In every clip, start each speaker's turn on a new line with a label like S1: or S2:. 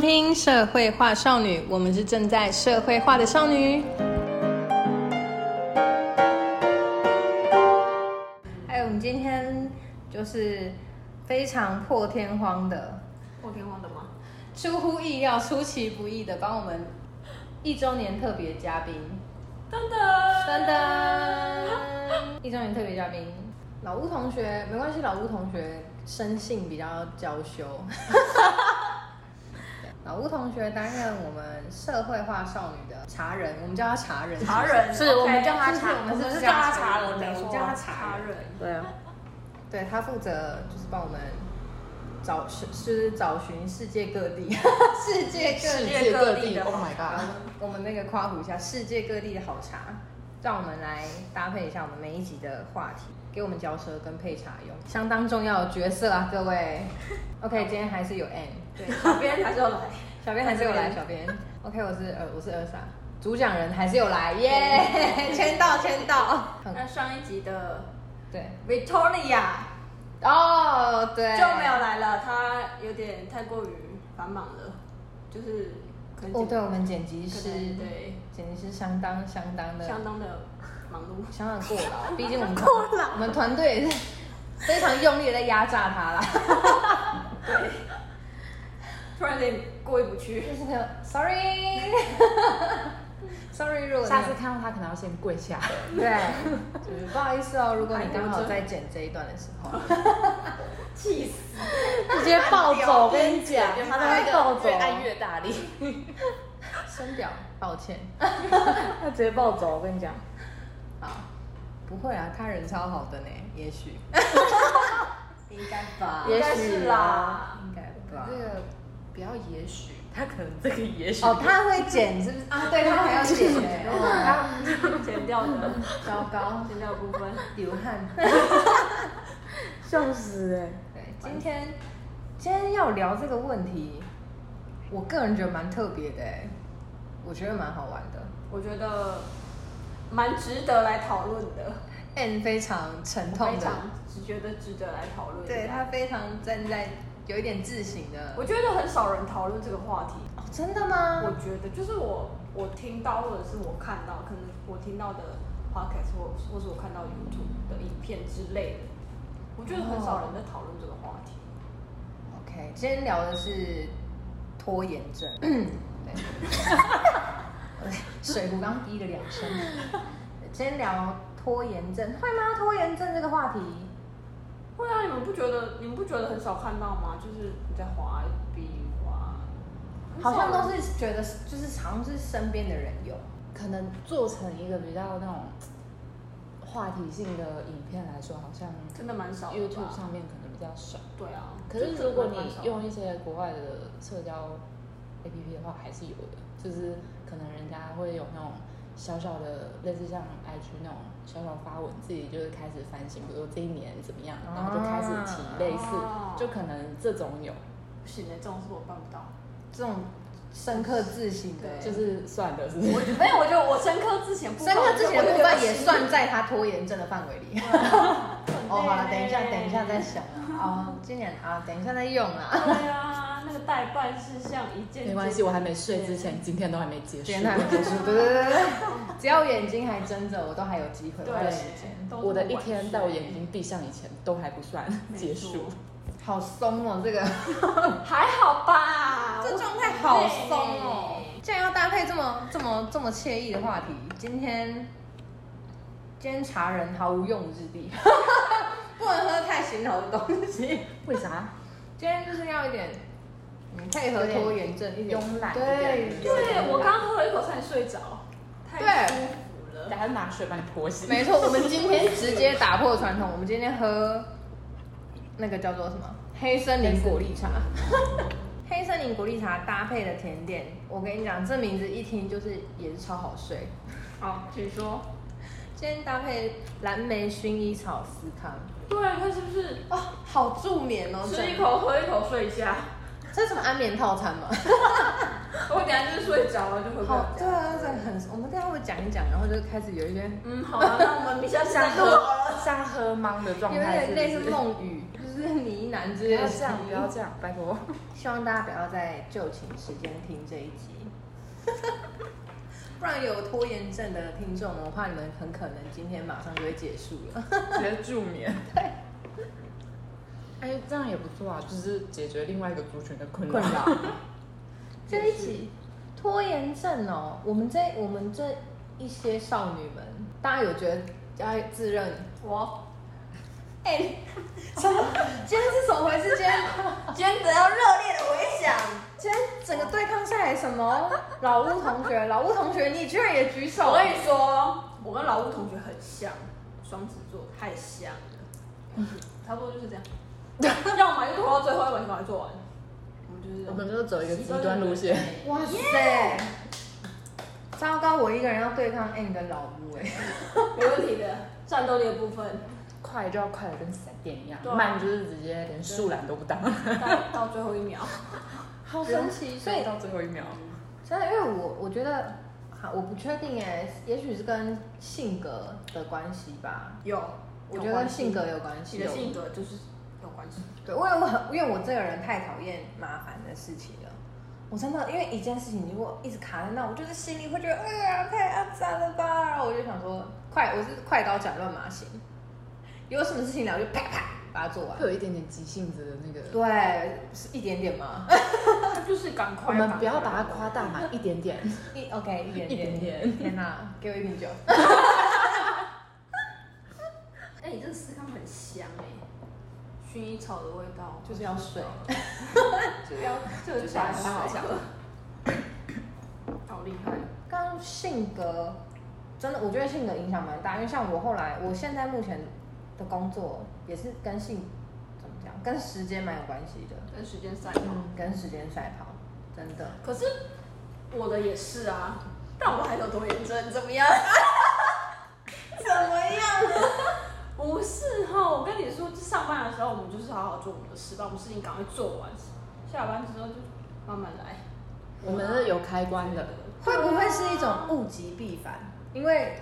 S1: 听《社会化少女》，我们是正在社会化的少女。哎，我们今天就是非常破天荒的、
S2: 破天荒的吗？
S1: 出乎意料、出其不意的，帮我们一周年特别嘉宾，
S2: 噔噔
S1: 噔噔，一周年特别嘉宾，老吴同学，没关系，老吴同学生性比较娇羞。 老吴同学担任我们社会化少女的茶人，我们叫他茶人，
S2: 茶人
S3: 是
S2: OK，
S3: 我们叫他茶
S2: 是我
S1: 我
S2: 们
S1: 们是
S2: 是
S1: 叫
S2: 叫
S1: 他
S2: 他
S1: 茶
S2: 茶
S1: 人
S2: 人，
S1: 没错
S2: 我们叫他茶人。
S3: 对啊，
S1: 对他负责就是帮我们找寻，就是找寻世界各地， 世界各
S2: 世
S1: 地，
S2: 界各地的
S3: Oh my
S1: 好
S3: god！
S1: 我们那个夸胡一下世界各地的好茶，让我们来搭配一下我们每一集的话题，给我们嚼舌跟配茶用，相当重要的角色啊，各位。OK，今天还是有 N。
S2: 对，小编还是要来。
S1: 小编还是有来，小编。OK，我是呃，我是二傻，主讲人还是有来，耶、签到签到。
S2: 那上一集的
S1: 对，
S2: Victoria
S1: 哦，对，
S2: 就没有。来了，她有点太过于繁忙了，就是可能
S1: 哦，对，我们剪辑
S2: 可
S1: 师，
S2: 能，对
S1: 剪辑师相当相当的，
S2: 相当的忙碌。
S1: 相当过 劳，毕竟我们
S2: 过劳
S1: 我们团队也是非常用力的在压榨他啦。
S2: 对，突然有点过意不去。
S1: 就是那种 sorry，sorry，如果你
S3: 下次看到他可能要先跪下。
S1: 对，就是不好意思哦，如果你刚好在剪这一段的时候，
S2: 气死！
S3: 直接暴走，
S2: 屌
S3: 我跟你讲，
S2: 对
S3: 他会暴走，
S2: 越大力。
S1: 深表抱 歉。
S3: 他直接暴走，我跟你讲。
S1: 好，不会啊，他人超好的呢，也许。
S2: 应该吧，
S3: 也
S2: 应该
S3: 许
S2: 是
S3: 啦
S2: 啦。
S1: 应该吧
S3: 这个不要也许，他可能这个也许
S1: 哦，他会剪是不是？啊，对他还要 剪欸，
S2: 他剪掉的，
S1: 糟糕，
S2: 剪掉的部分。
S1: 流汗。
S3: 笑死哎！
S1: 对，今天今天要聊这个问题，我个人觉得蛮特别的欸，我觉得蛮好玩的。
S2: 我觉得蛮值得来讨论的，
S1: N 非常沉痛
S2: 非
S1: 的，
S2: 常只觉得值得来讨论。
S1: 对他，非常站在有一点自省的。
S2: 我觉得很少人讨论这个话题。
S1: 哦，真的吗？
S2: 我觉得就是我我听到或者是我看到，可能我听到的 podcast 或或是我看到 YouTube 的影片之类的，我觉得很少人在讨论这个话题。
S1: OK，今天聊的是拖延 症。对 水壶刚滴了两声。今天聊拖延症，会吗？拖延症这个话题，
S2: 会啊，你们不觉得你们不觉得很少看到吗？就是你在啊滑 B 滑，
S1: 好像都是觉得就是好像是身边的人有。
S3: 可能做成一个比较那种话题性的影片来说，好像
S2: 真的蛮少的吧
S3: YouTube 上面可能比较少。
S2: 对啊。
S3: 可是如果你用
S2: 就
S3: 一些国外的社交 APP 的话，还是有的，就是可能人家会有那种小小的，类似像 IG 那种小小发文，自己就是开始反省，比如说这一年怎么样，然后就开始提
S1: 啊
S3: 类似，
S2: 哦
S3: 就可能这种有，
S2: 不行的，这种事我办不到。
S1: 这种深刻自省的，
S2: 对
S3: 就是算了，是不是？
S2: 没有，我觉得我深刻之前
S1: 深刻自省的部分也算在他拖延症的范围 里。哦，好了，等一下，等一下再。想啊。哦，今年啊，等一下再用啊。
S2: 对啊，那个代办事项一件。
S3: 没关系，我还没睡之。前，今天都还没结束
S1: 今。天还没结束，对对对对，只要眼睛还睁着，我都还有机会，我还有
S2: 对
S1: 时间。，
S2: 都是
S3: 我的一
S2: 晚
S3: 天
S2: 睡
S3: 到我眼睛闭上以前都还不算结
S2: 没
S3: 束
S2: 错，
S1: 好松哦，这个
S2: 还好吧？
S1: 这状态 好松哦。既然要搭配这么这么这么惬意的话题，今天今天茶人毫无用武之地， 不能喝太醒脑的东西。
S3: 为啥？
S1: 今天就是要一点嗯配合拖延症，一点
S3: 慵懒一
S1: 对
S3: 点
S1: 有点
S2: 对，我刚喝了一口才睡着，太舒服了。
S3: 等下拿水把你泼醒。
S1: 没错，我们今天直接打破传统，我们今天喝那个叫做什么黑森林果粒茶。 黑森林果粒茶搭配的甜点，我跟你讲，这名字一听就是也是超好睡。
S2: 好，请说。
S1: 今天搭配蓝莓薰衣草司康，
S2: 对，看是不是
S1: 哦，好助眠哦
S2: 吃一口喝一口睡一下？
S1: 这是什么安眠套餐吗？
S2: 我等下就是睡着了，就回不
S1: 好
S2: 了，
S1: 对
S2: 家。
S1: 啊，这很，我们待会讲一讲，然后就开始有一些
S2: 嗯，好啊，那我们比较
S3: 像
S2: 想录
S3: 喝
S2: 好了。
S3: 像喝懵的状
S1: 有
S3: 态，
S1: 点类
S3: 是
S1: 似
S3: 不是
S1: 梦语，就是呢喃之
S3: 不
S1: 类
S3: 要
S1: 的。
S3: 这样，不要这样，拜托。
S1: 希望大家不要在就寝时间听这一集， 不然有拖延症的听众，我怕你们很可能今天马上就会结束了。
S3: 直接助 眠。对。哎，这样也不错啊，就是解决另外一个族群的困扰。
S1: 困扰这一集拖延症哦，我们这我们这一些少女们，大家有觉得要自认？
S2: 我
S1: 哎、什么？今天是怎么回事？今 天
S2: 今天得到热烈的回响，
S1: 今天整个对抗下来，什么老吴同学，老吴同学，你居然也举手？
S2: 我跟你说，我跟老吴同学很像，双子座太像了，嗯差不多就是这样。要么就拖到最后，要么就赶快做完。我们就是这样
S3: 我们就走一个极端路线。
S1: 哇塞！糟糕，我一个人要对抗 N 跟老吴哎、
S2: 没问题的，战斗力的部分
S3: 快就要快的跟闪电一样，
S2: 对啊
S3: 慢就是直接连树懒都不当，
S2: 到到最后一秒，
S1: 好神奇！所以
S3: 到最后一秒。
S1: 真的，因为我我觉得，好我不确定哎、也许是跟性格的关系吧。
S2: 有，
S1: 我觉得跟性格有关系。
S2: 你的性格就是有关系。
S1: 对，我有我很，因为我这个人太讨厌麻烦的事情了。我真的因为一件事情如果一直卡在那，我就是心里会觉得，哎呀，太肮脏了吧。然后我就想说，快，我是快刀斩乱麻型，有什么事情了我就啪啪把它做完
S3: 会。有一点点急性子的那个，
S1: 对，是一点点 吗？
S2: 就是赶快，
S3: 我们不要把它夸大嘛，一点点。
S1: 一 OK，一点
S3: 一点点
S1: 天哪，给我一 瓶酒。
S2: 哎、你这个司康很香哎、薰衣草的味道，
S1: 就是要水，
S2: 就是要就是
S3: 是要
S2: 加
S3: 水
S2: 水， 好厉害！
S1: 刚刚性格真的，我觉得性格影响蛮大，因为像我后来，我现在目前的工作也是跟性怎么讲，跟时间蛮有关系的，
S2: 跟时间赛跑、
S1: 跟时间赛跑，真的。
S2: 可是我的也是啊，但我还有拖延症，怎么样？ 怎么样呢？不是哈，我跟你说，就上班的时候我们就是好好做我们的事，把我们事情赶快做完，下班之后就慢慢来。
S3: 我们是有开关的，
S1: 会不会是一种物极必反？因为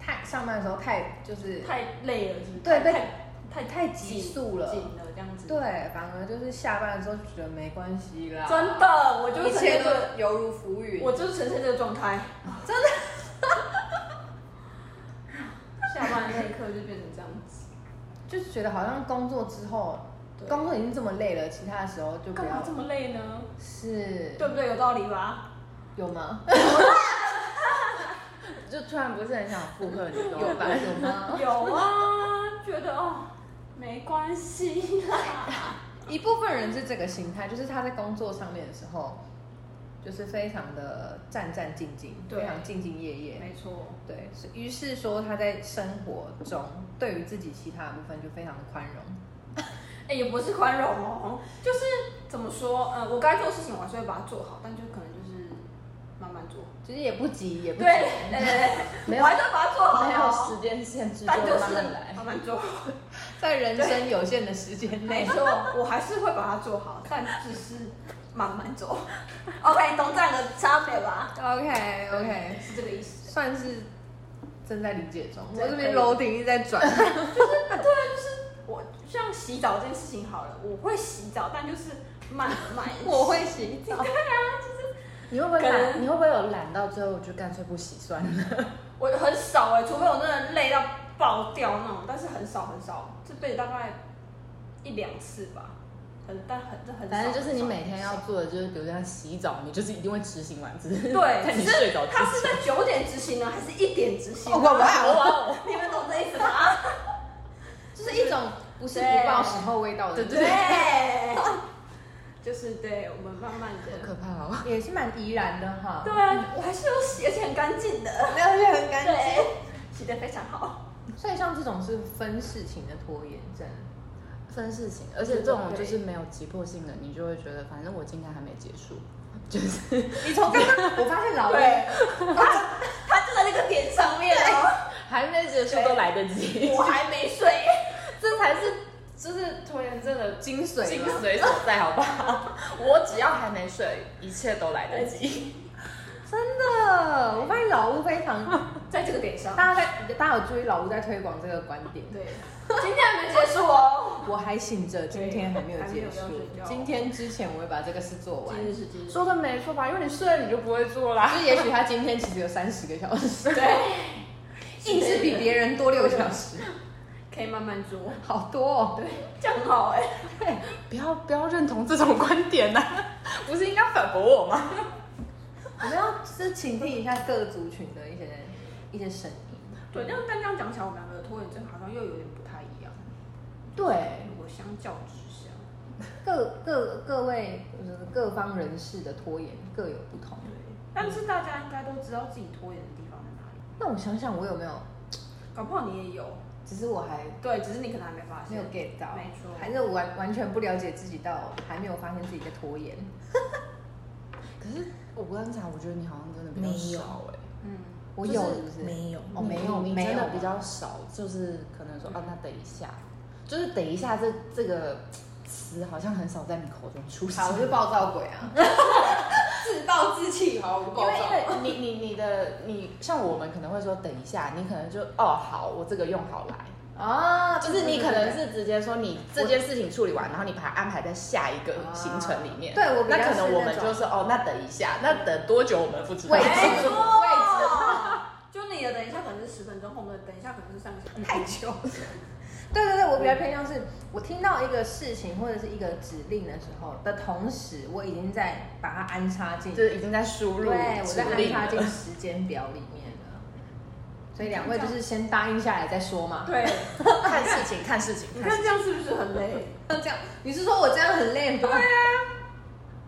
S1: 太上班的时候太就是
S2: 太累了，是不是？
S1: 对被
S2: 太太
S1: 太急速了
S2: 紧了啊这样子。
S1: 对，，反而就是下班的时候觉得没关系啦，
S2: 真的，我就
S1: 一
S2: 是
S1: 切
S2: 呈现
S1: 都
S2: 这个，
S1: 犹如浮云。
S2: 我就是呈现这个状态，
S1: 真的。
S2: 下班那一刻就变成这样子，
S1: 就是觉得好像工作之后，
S2: 对
S1: 工作已经这么累了，其他的时候就不
S2: 干嘛
S1: 要
S2: 这么累呢？
S1: 是
S2: 对不对？有道理吧？
S1: 有 吗？
S3: 就突然不是很想附和你，怎么
S1: 有吧？
S3: 办？
S1: 有吗？
S2: 有啊，觉得哦，没关系 啦。
S1: 一部分人是这个心态，就是他在工作上面的时候，就是非常的战战兢兢，
S2: 对
S1: 非常兢兢业业，
S2: 没错，
S1: 对。是于是说他在生活中对于自己其他的部分就非常的宽容，
S2: 哎、也不是宽容哦，就是怎么说，呃，我该做的事情我还是会把它做好，但就可能就是慢慢做。
S1: 就是也不急，也不
S2: 对，
S1: 急
S2: 对对对
S3: 没有
S2: 我还是会把它做好哦，
S3: 没有时间限制，就
S2: 但就是
S3: 慢慢来。
S2: 慢慢做。
S1: 在人生有限的时间
S2: 没
S1: 内，
S2: 错，我还是会把它做好，但只是慢慢做。OK，懂这 样的差别吧？
S1: OK OK，
S2: 是这个意思。
S1: 算是正在理解中。
S2: 对
S1: 我这边
S2: 可以
S1: loading 一直在转，。
S2: 我像洗澡这件事情好了，我会洗澡，但就是慢慢
S1: 我会洗澡。
S3: 你会不会
S2: 可能
S3: 懒？你会不会有懒到最后就干脆不洗算了？
S2: 我很少哎、除非我真的累到爆掉那种，但是很少很少，这辈子大概一两次吧。很但很这很少。
S3: 反正就是你
S2: 很少
S3: 每天要做的，就是比如像洗澡，你就是一定会执行完，只是 在
S2: 对，
S3: 你
S2: 只
S3: 睡着
S2: 是
S3: 之
S2: 他是
S3: 前。
S2: 在九点执行呢，还是一点执行呢？
S1: 哇哇
S3: 哇！
S2: 你们懂这意思吗？
S1: 就是一种不是不报时候未到的，
S3: 对对
S2: 对，就是对我们慢慢
S3: 好
S2: 的
S3: 可。怕哦！
S1: 也是蛮怡然的哈。
S2: 对，啊，我还是有洗，而且很干净的，
S1: 没有就很干
S2: 对，洗得非常好。
S1: 净。所以像这种是分事情的拖延症，
S3: 分事情，而且这种就是没有急迫性的，你就会觉得反正我今天还没结 束，就是
S1: 你从刚 刚我发现老
S2: 对
S1: 魏，
S2: 他他就在那个点上面哦，
S3: 还没结束都来得及，
S2: 我还没睡，
S3: 这才是就是拖延症的
S1: 精髓吗
S3: 精髓所在，好不好？ 我只要还没睡，一切都来得及。
S1: 真的，我发现老吴非常，
S2: 在这个点上，
S1: 大家在大家有注意老吴在推广这个观 点。
S2: 对，今天还没结束哦。
S1: 我还醒着，今天还没有结束
S2: 还没有要睡。觉
S1: 今天之前我会把这个事做完。
S2: 今日是今日，
S3: 说的没错吧？因为你睡了，你就不会做啦。
S1: 就是也许他今天其实有三十个小时，
S2: 对，
S1: 硬是比别人多六个小时，
S2: 可以慢慢做，
S1: 好多哦。
S2: 对，这样好哎、
S3: 不要不要认同这种观点啊呐、 不是应该反驳我吗？
S1: 我们要就是倾听一下各族群的一些一些声音。
S2: 对，但但这样讲起来，我们两个的拖延症好像又有点不太一样。
S1: 对，
S2: 我相较之下，
S1: 各各各位就是各方人士的拖延各有不同。
S2: 对，但是大家应该都知道自己拖延的地方在哪里，
S1: 那我想想，我有没有？
S2: 搞不好你也有，
S1: 只是我还
S2: 对，只是你可能还没发
S1: 没
S2: 现
S1: 有。get 到，
S2: 没错
S1: 还是我完完全不了解自己到还没有发现自己在拖延。
S3: 可是我观察，我觉得你好像真的比较少哎、
S2: 嗯，
S1: 我
S3: 就是
S1: 有是不是？
S3: 没有
S1: 哦，没有，
S3: 你你
S1: 没
S3: 真
S1: 有
S3: 的比较少，就是可能说啊，那等一下，就是等一下这这个词好像很少在你口中出现。
S1: 好，我是暴躁鬼啊，
S2: 自暴自弃，好，我
S3: 因为因为你你你的你像我们可能会说等一下，你可能就哦好，我这个用好来，
S1: 啊，
S3: 就是你可
S1: 对对
S3: 能
S1: 对
S3: 是直接说你这件事情处理完，然后你把它安排在下一个行程里面。
S1: 啊对我比较
S3: 那可
S1: 是
S3: 能
S1: 那
S3: 我们
S1: 种
S3: 就是哦，那等一下，那等多久我们不知道
S1: 位。置
S2: 没错
S1: 位
S2: 就你的等一下可能是十分钟，我们的等一下可能是三个小时。
S1: 太久。 对对对，我比较偏向是，我听到一个事情或者是一个指令的时候的同时，我已经在把它安插进，
S3: 就是已经在输入
S1: 对，我
S3: 指
S1: 在安
S3: 令
S1: 插进
S3: 了。
S1: 时间表里面了。所以两位就是先答应下来再说嘛。
S2: 对，
S3: 看事情，看事情，
S2: 你
S3: 看
S2: 看
S3: 事情。
S2: 这样是不是很累？
S1: 像这样，你是说我这样很累吗？对啊。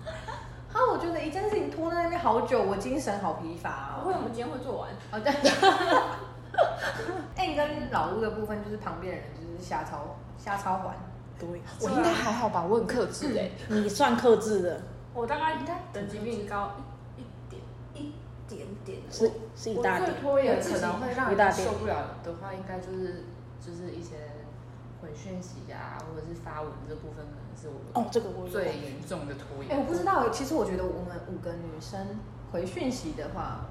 S1: 啊，我觉得一件事情拖在那边好久，我精神好疲乏
S2: 不
S1: 哦。
S2: 会，我们今天会做完。
S1: 哦，对。 哎、你跟老吴的部分就是旁边的人就是瞎操瞎操环，
S4: 对，
S3: 我应该还好吧，我很克制哎、
S4: 欸你算克制的，
S2: 我大概等级比你高一一点一点点。
S4: 是是一大
S3: 我
S4: 点
S3: 最。拖延可能会让
S4: 一大
S3: 人
S4: 点
S3: 受不了的话，应该就是就是一些回讯息啊，或者是发文这部分，可能是我
S4: 哦，这个我有。
S3: 最严重的拖
S1: 哎、我
S3: 延。
S1: 不知道，其实我觉得我们五个女生回讯息的话，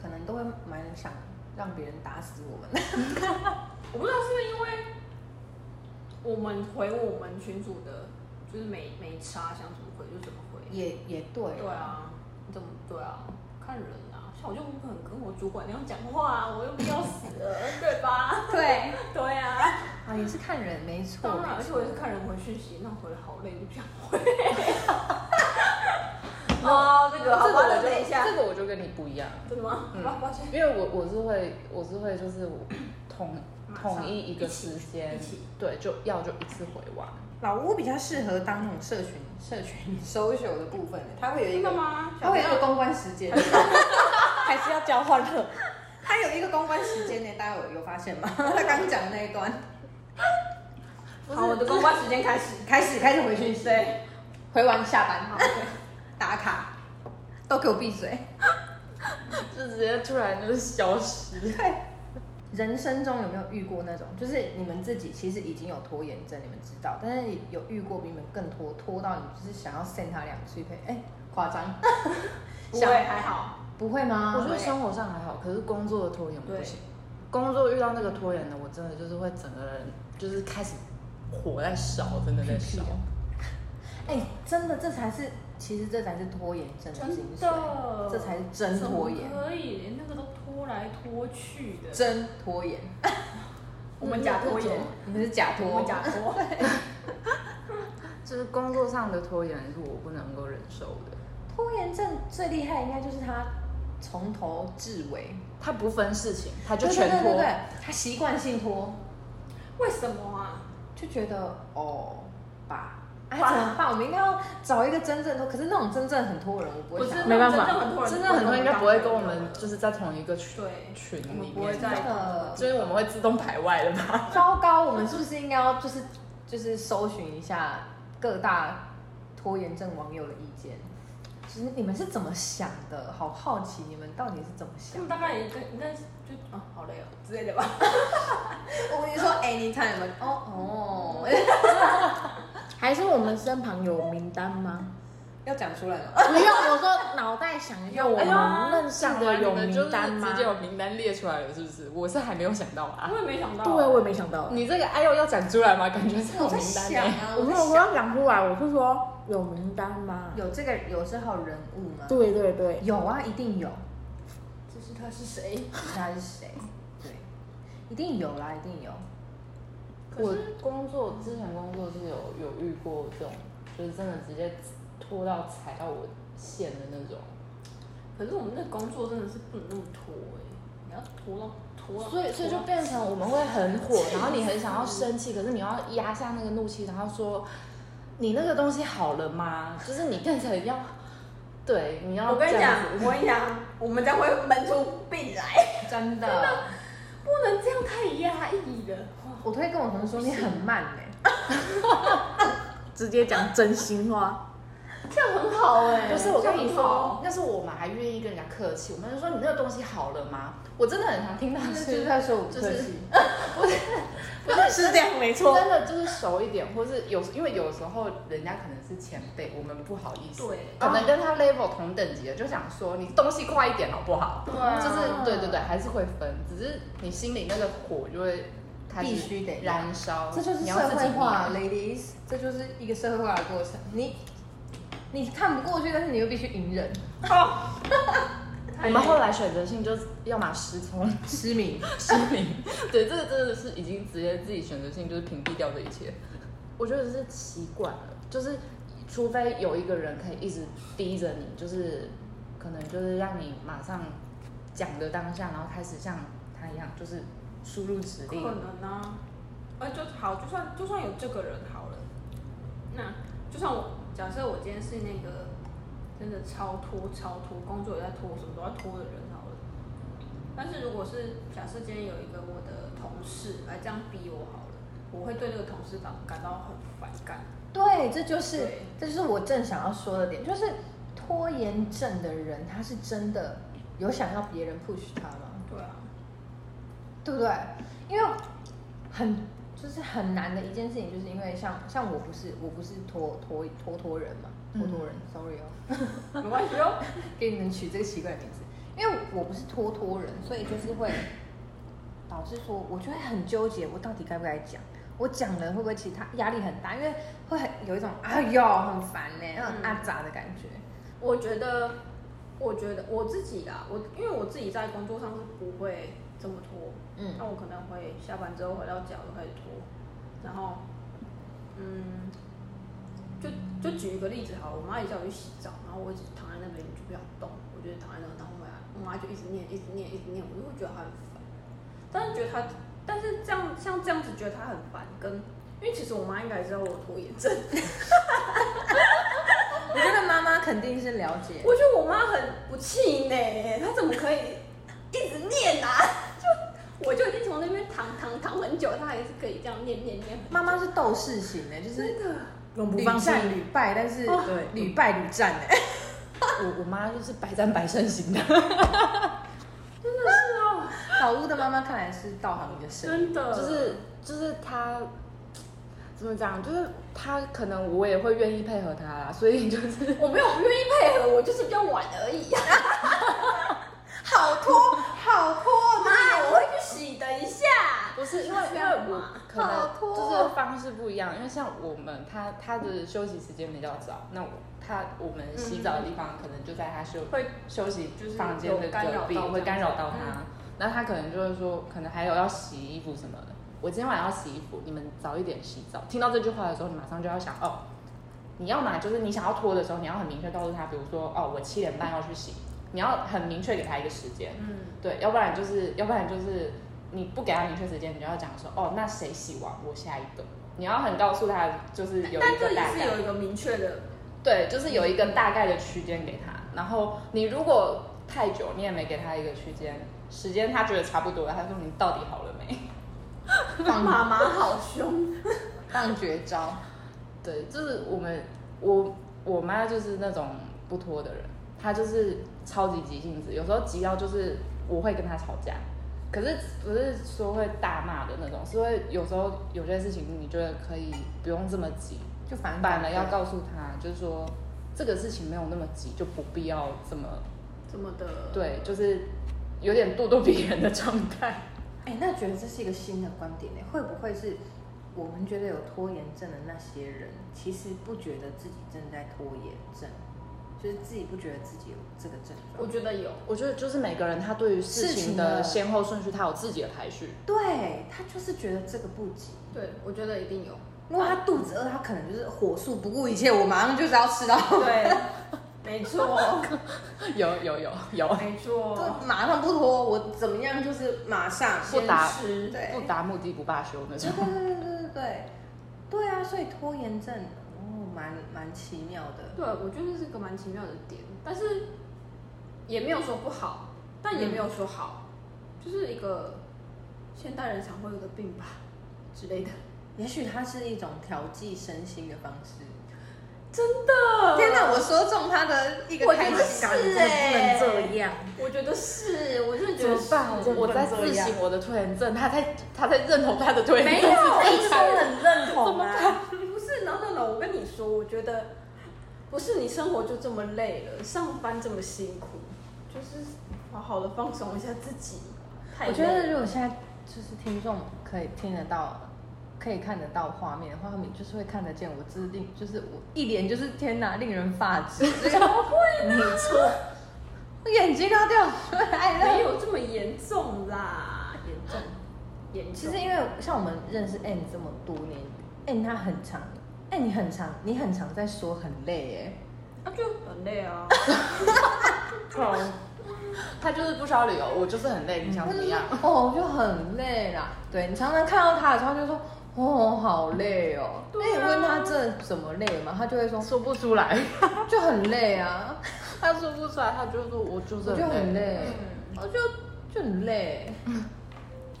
S1: 可能都会蛮想让别人打死我们。
S2: 我不知道是不是因为我们回我们群主的，就是没没差，想怎么回就怎么回。
S1: 也也对，
S2: 对啊，你怎么对啊？看人啊，像我就不可能跟我主管那样讲话啊，我又不要死了， 对吧？
S1: 对
S2: 对啊，
S1: 啊，也是看人，没错。
S2: 当然，
S1: 没
S2: 而且
S1: 错
S2: 我也是看人回讯息，那回了好累，就不想回。 哦，这
S3: 这个
S2: 个好吧，
S3: 我
S2: 等一下
S3: 就，这个我就跟你不一样，
S2: 真的吗？
S3: 嗯
S2: 好吧，抱歉。
S3: 因为我我是会我是会就是我统
S2: 马上
S3: 统一一个时间
S2: 一起，
S3: 对，就要就一次回完。
S1: 老吴比较适合当那种社群社群 social 的部分，他会有一
S2: 真的
S1: 个，
S2: 吗？
S1: 他会有一个公关时间，
S4: 还是要交换了。
S1: 他有一个公关时间呢，大家有有发现吗？ 他刚讲的那一段，
S2: 好，我的公关时间开始。
S1: 开始开始回讯息，
S2: 对，
S1: 回完下班
S2: 好， 对
S1: 打卡，都给我闭嘴。
S3: 就直接突然就是消失。
S1: 对，人生中有没有遇过那种，就是你们自己其实已经有拖延症，你们知道，但是有遇过比你们更拖，拖到你就是想要 send 他两句呸，哎、夸张，
S2: 不会还好，
S1: 不会
S2: 啊
S1: 吗？
S3: 我觉得生活上还好，可是工作的拖延我不行。工作遇到那个拖延的，我真的就是会整个人就是开始火在烧，真的在烧。
S1: 哎、真的，这才是，其实这才是拖延症的精
S2: 真
S1: 髓，
S2: 的
S1: 这才是真拖延
S2: 怎，么可以连那个都拖来拖去的。
S1: 真拖延。
S2: 我们假拖延，
S1: 你们是假
S2: 我
S1: 拖
S2: 们，假 拖。
S3: 就是工作上的拖延是我不能够忍受的，
S1: 拖延症最厉害应该就是他从头至尾，
S3: 他不分事情，他
S1: 他
S3: 就全
S1: 对对
S3: 拖
S1: 对。对，他习惯性拖，
S2: 为什么啊？
S1: 就觉得哦吧，哎、
S2: 吧
S1: 怎么办？我们应该要找一个真正拖，可是那种真正很拖人，我不
S2: 我
S1: 会
S2: 知
S1: 想
S2: 道，
S1: 要。
S3: 没办法
S2: 真的很多人，
S3: 真的很多人应该不会跟我们就是是在同一个群
S2: 对
S3: 群
S2: 我们
S3: 里
S2: 不会
S3: 面，
S2: 在
S1: 真的
S3: 就是我们会自动排外的 吧？
S1: 糟糕，我们是不是应该要 就是就是搜寻一下各大拖延症网友的意见？其实你们是怎么想的？好好奇你们到底是怎么
S2: 他
S1: 想
S2: 们
S1: 的？
S2: 大概应该应该是就啊好累哦之类的吧。
S1: 我跟你说，anytime 吗哦 哦，
S4: 还是我们身旁有名单 吗？
S1: 要讲出来吗？
S4: 不用，我说脑袋想一下，我
S3: 哎呦
S4: 们认识的有名单
S3: 你们就是
S4: 吗？
S3: 直接有名单列出来了，是不是？我是还没有想到啊
S2: 我。也没想到，
S4: 对，我也没想到。
S3: 你这个哎呦要讲出来吗？感觉是有名单欸
S1: 啊
S4: 我没有，我要讲出来，我是说有名单吗？
S1: 有这个有这号人物吗？
S4: 对对对，
S1: 有啊，一定有。
S2: 就是他是谁？
S1: 他是谁？对，一定有啦，一定有。
S3: 我工作之前工作是有有遇过这种，就是真的直接拖到踩到我线的那种。
S2: 可是我们那工作真的是不能那么拖哎、你要拖到拖到，
S3: 所以，所以就
S2: 拖到
S3: 变成我们会很 火，然后你很想要生气，可是你要压下那个怒气，然后说你那个东西好了吗？就是你变成要，对，你要
S2: 我跟你
S3: 这样
S2: 讲
S3: 子，
S2: 我跟你讲，我们将会闷出病来，
S1: 真的，
S2: 不能这样太压抑了。
S1: 我都会跟我同事说你很慢欸呢、
S4: 直接讲真心话。
S2: 这样很好哎、
S3: 不是我跟你
S2: 这样很
S3: 说
S2: 好，
S3: 要是我们还愿意跟人家客气，我们就说你那个东西好了吗？我真的很常听到
S1: 就是是在说我不
S3: 就
S1: 客
S3: 是
S1: 气，
S4: 是这样没错。
S3: 真的就是熟一点，或是有因为有时候人家可能是前辈，我们不好意思，
S2: 对
S3: 可能跟他 level 同等级的，就想说你东西快一点好不好？
S2: 对
S1: 啊
S3: 就是对对对，还是会分，只是你心里那个火就会开始
S1: 必须得要
S3: 燃烧，
S1: 这就是
S3: 你
S1: 社
S3: 要自己啊
S1: 会化
S3: 灭
S1: ，ladies，这就是一个社会化的过程。你你看不过去，但是你又必须隐忍，
S3: 我们后来选择性就是要么失聪
S1: 失明。
S3: 失明， 对，这个真的是已经直接自己选择性就是屏蔽掉这一切。我觉得是习惯了，就是除非有一个人可以一直逼着你，就是可能就是让你马上讲的当下，然后开始像他一样，就是输入指
S2: 可
S3: 令。
S2: 能啊，呃，就好，就算就算有这个人好了，那就算我假设我今天是那个真的超拖超拖，工作也在拖，什么都在拖的人好了。但是如果是假设今天有一个我的同事来这样逼我好了，我会对这个同事感感到很反感。
S1: 对，这就是
S2: 对
S1: 这就是我正想要说的点，就是拖延症的人，他是真的有想要别人 push 他吗？
S2: 对啊，
S1: 对不对？因为很就是很难的一件事情，就是因为像像我不是我不是拖拖拖拖人嘛，
S4: 嗯
S1: 拖拖人、s o r r y 哦，
S2: 没关系哦。
S1: 给你们取这个奇怪的名字，因为我不是拖拖人，所以就是会导致说，我就会很纠结，我到底该不该讲。我讲了会不会其他压力很大？因为会很有一种哎呦很烦呢、那种
S2: 嗯
S1: 阿杂的感觉。
S2: 我觉得，我觉得我自己啦，我因为我自己在工作上是不会这么拖，
S1: 嗯
S2: 那我可能会下班之后回到家我就开始拖，然后，嗯，就就举一个例子好了，我妈也叫我去洗澡，然后我一直躺在那边就不想动，我就躺在那，然后我妈我妈就一直念，一直念，一直念，我就会觉得她很烦，但是觉得她，但是这样像这样子觉得她很烦，跟因为其实我妈应该也知道我有拖延症，
S1: 我觉得妈妈肯定是了解，
S2: 我觉得我妈很不气馁，她怎么可以一直念啊？ 就我就已经从那边躺躺躺很久，她还是可以这样念念念。
S1: 妈妈是斗士型的、就是
S2: 真的，
S4: 永不
S1: 屡
S4: 放弃。
S1: 战屡败，但是
S2: 哦
S1: 对屡败屡战哎、
S3: 我我妈就是百战百胜型的，
S2: 真的是哦，
S1: 老屋的妈妈看来是道行的深，
S2: 真的
S3: 就是就是她怎么讲，就是她可能我也会愿意配合她啦，所以就是
S2: 我没有不愿意配合，我就是比较晚而已、啊。
S1: 好拖好拖
S2: 妈，我会去洗，等一下。
S3: 不是因为
S2: 是这
S3: 因为
S2: 样
S3: 我
S2: 吗
S3: 可能
S1: 好
S2: 哦
S1: 拖
S3: 就是方式不一样，因为像我们他他的休息时间比较早，那我他我们洗澡的地方可能就在他休
S2: 会
S3: 休息
S2: 就是
S3: 房间的
S2: 有干扰
S3: 隔壁，
S2: 到这
S3: 会
S2: 样
S3: 干扰
S2: 子
S3: 到他。那他可能就是说，可能还有要洗衣服什么的。我今天晚上要洗衣服，你们早一点洗澡。听到这句话的时候，你马上就要想哦，你要嘛就是你想要拖的时候，你要很明确告诉他，比如说哦，我七点半要去洗，你要很明确给他一个时间。
S2: 嗯，
S3: 对，要不然就是，要不然就是你不给他明确时间，你就要讲说，哦，那谁洗完我下一个，你要很告诉他，就是有
S2: 但
S3: 一
S2: 这
S3: 个
S2: 也
S3: 大
S2: 是
S3: 概，
S2: 有一个明确的，
S3: 对，就是有一个大概的区间给他。然后你如果太久，你也没给他一个区间，时间他觉得差不多了，他说你到底好了没？
S2: 妈妈好凶。
S1: 放绝招，
S3: 对，就是我们我我妈就是那种不拖的人，他就是超级急性子，有时候急到就是我会跟他吵架，可是不是说会大骂的那种，是会有时候有些事情你觉得可以不用这么急，
S1: 就反
S3: 反了要告诉他，就是说这个事情没有那么急，就不必要这么
S2: 这么的，
S3: 对，就是有点咄咄逼人的状态。
S1: 哎、那觉得这是一个新的观点呢？会不会是我们觉得有拖延症的那些人，其实不觉得自己正在拖延症，就是自己不觉得自己有这个症
S2: 我
S1: 状？
S2: 觉得有，
S3: 我觉得就是每个人他对于事
S1: 事
S3: 情
S1: 情
S3: 的
S1: 的
S3: 先后顺序，他有自己的排序。
S1: 对他就是觉得这个不急。
S2: 对我觉得一定有，
S1: 如果他肚子饿，他可能就是火速不顾一切，我马上就是要吃到，
S2: 对， 没错，
S3: 有有有有，
S2: 没错，
S1: 就马上不拖，我怎么样就是马上。
S3: 不达
S2: 哦先吃
S1: 对
S3: 不达目的不罢休那种
S1: 对。对对对对对，对啊，所以拖延症哦，蛮蛮奇妙的。
S2: 对，我觉得这是个蛮奇妙的点，但是也没有说不好，但也没有说好，就是一个现代人常会有的病吧之类的。
S1: 也许它是一种调剂身心的方式。
S2: 真的
S1: 天哪，我说中他的一个
S2: 我觉
S1: 开
S2: 得
S1: 心感，真
S2: 是
S1: 的不能
S2: 哎、
S1: 这样。
S4: 样，
S2: 我觉得是，我真的觉
S3: 怎
S2: 得
S3: 么
S2: 是
S3: 办？我我在自省我的拖延症，他在他在认同他的拖延
S2: 没
S3: 症。
S2: 有，
S4: 一直都很认同啊。
S2: 不是，no no no，我跟你说，我觉得不是你生活就这么累了，上班这么辛苦，就是好好的放松一下自己。太
S1: 我
S2: 累
S1: 觉得如果现在就是听众可以听得到，可以看得到画面的话，你就是会看得见我制定，就是我一脸就是天哪，令人发指，这个
S4: 没错，
S1: 我眼睛都要掉出来了。
S2: 没有这么严重啦，严重，严重。
S1: 其实因为像我们认识 N 这么多年，N 他很长，N 你很长，你很常在说很累耶。
S2: 啊就很累啊，
S3: 他就是不需要理由，我就是很累，你想
S1: 他
S3: 怎
S1: 就
S3: 么
S1: 说
S3: 样？
S1: 哦，就很累啦。对你常常看到他的时候，他就说哦，好累哦。
S2: 对啊
S1: 那你问他这怎么累嘛，他就会说
S3: 说不出来，
S1: 就很累啊，
S3: 他说不出来，他就说我就是
S1: 我就很
S3: 累。
S1: 累，嗯我
S2: 嗯
S1: 就就很累。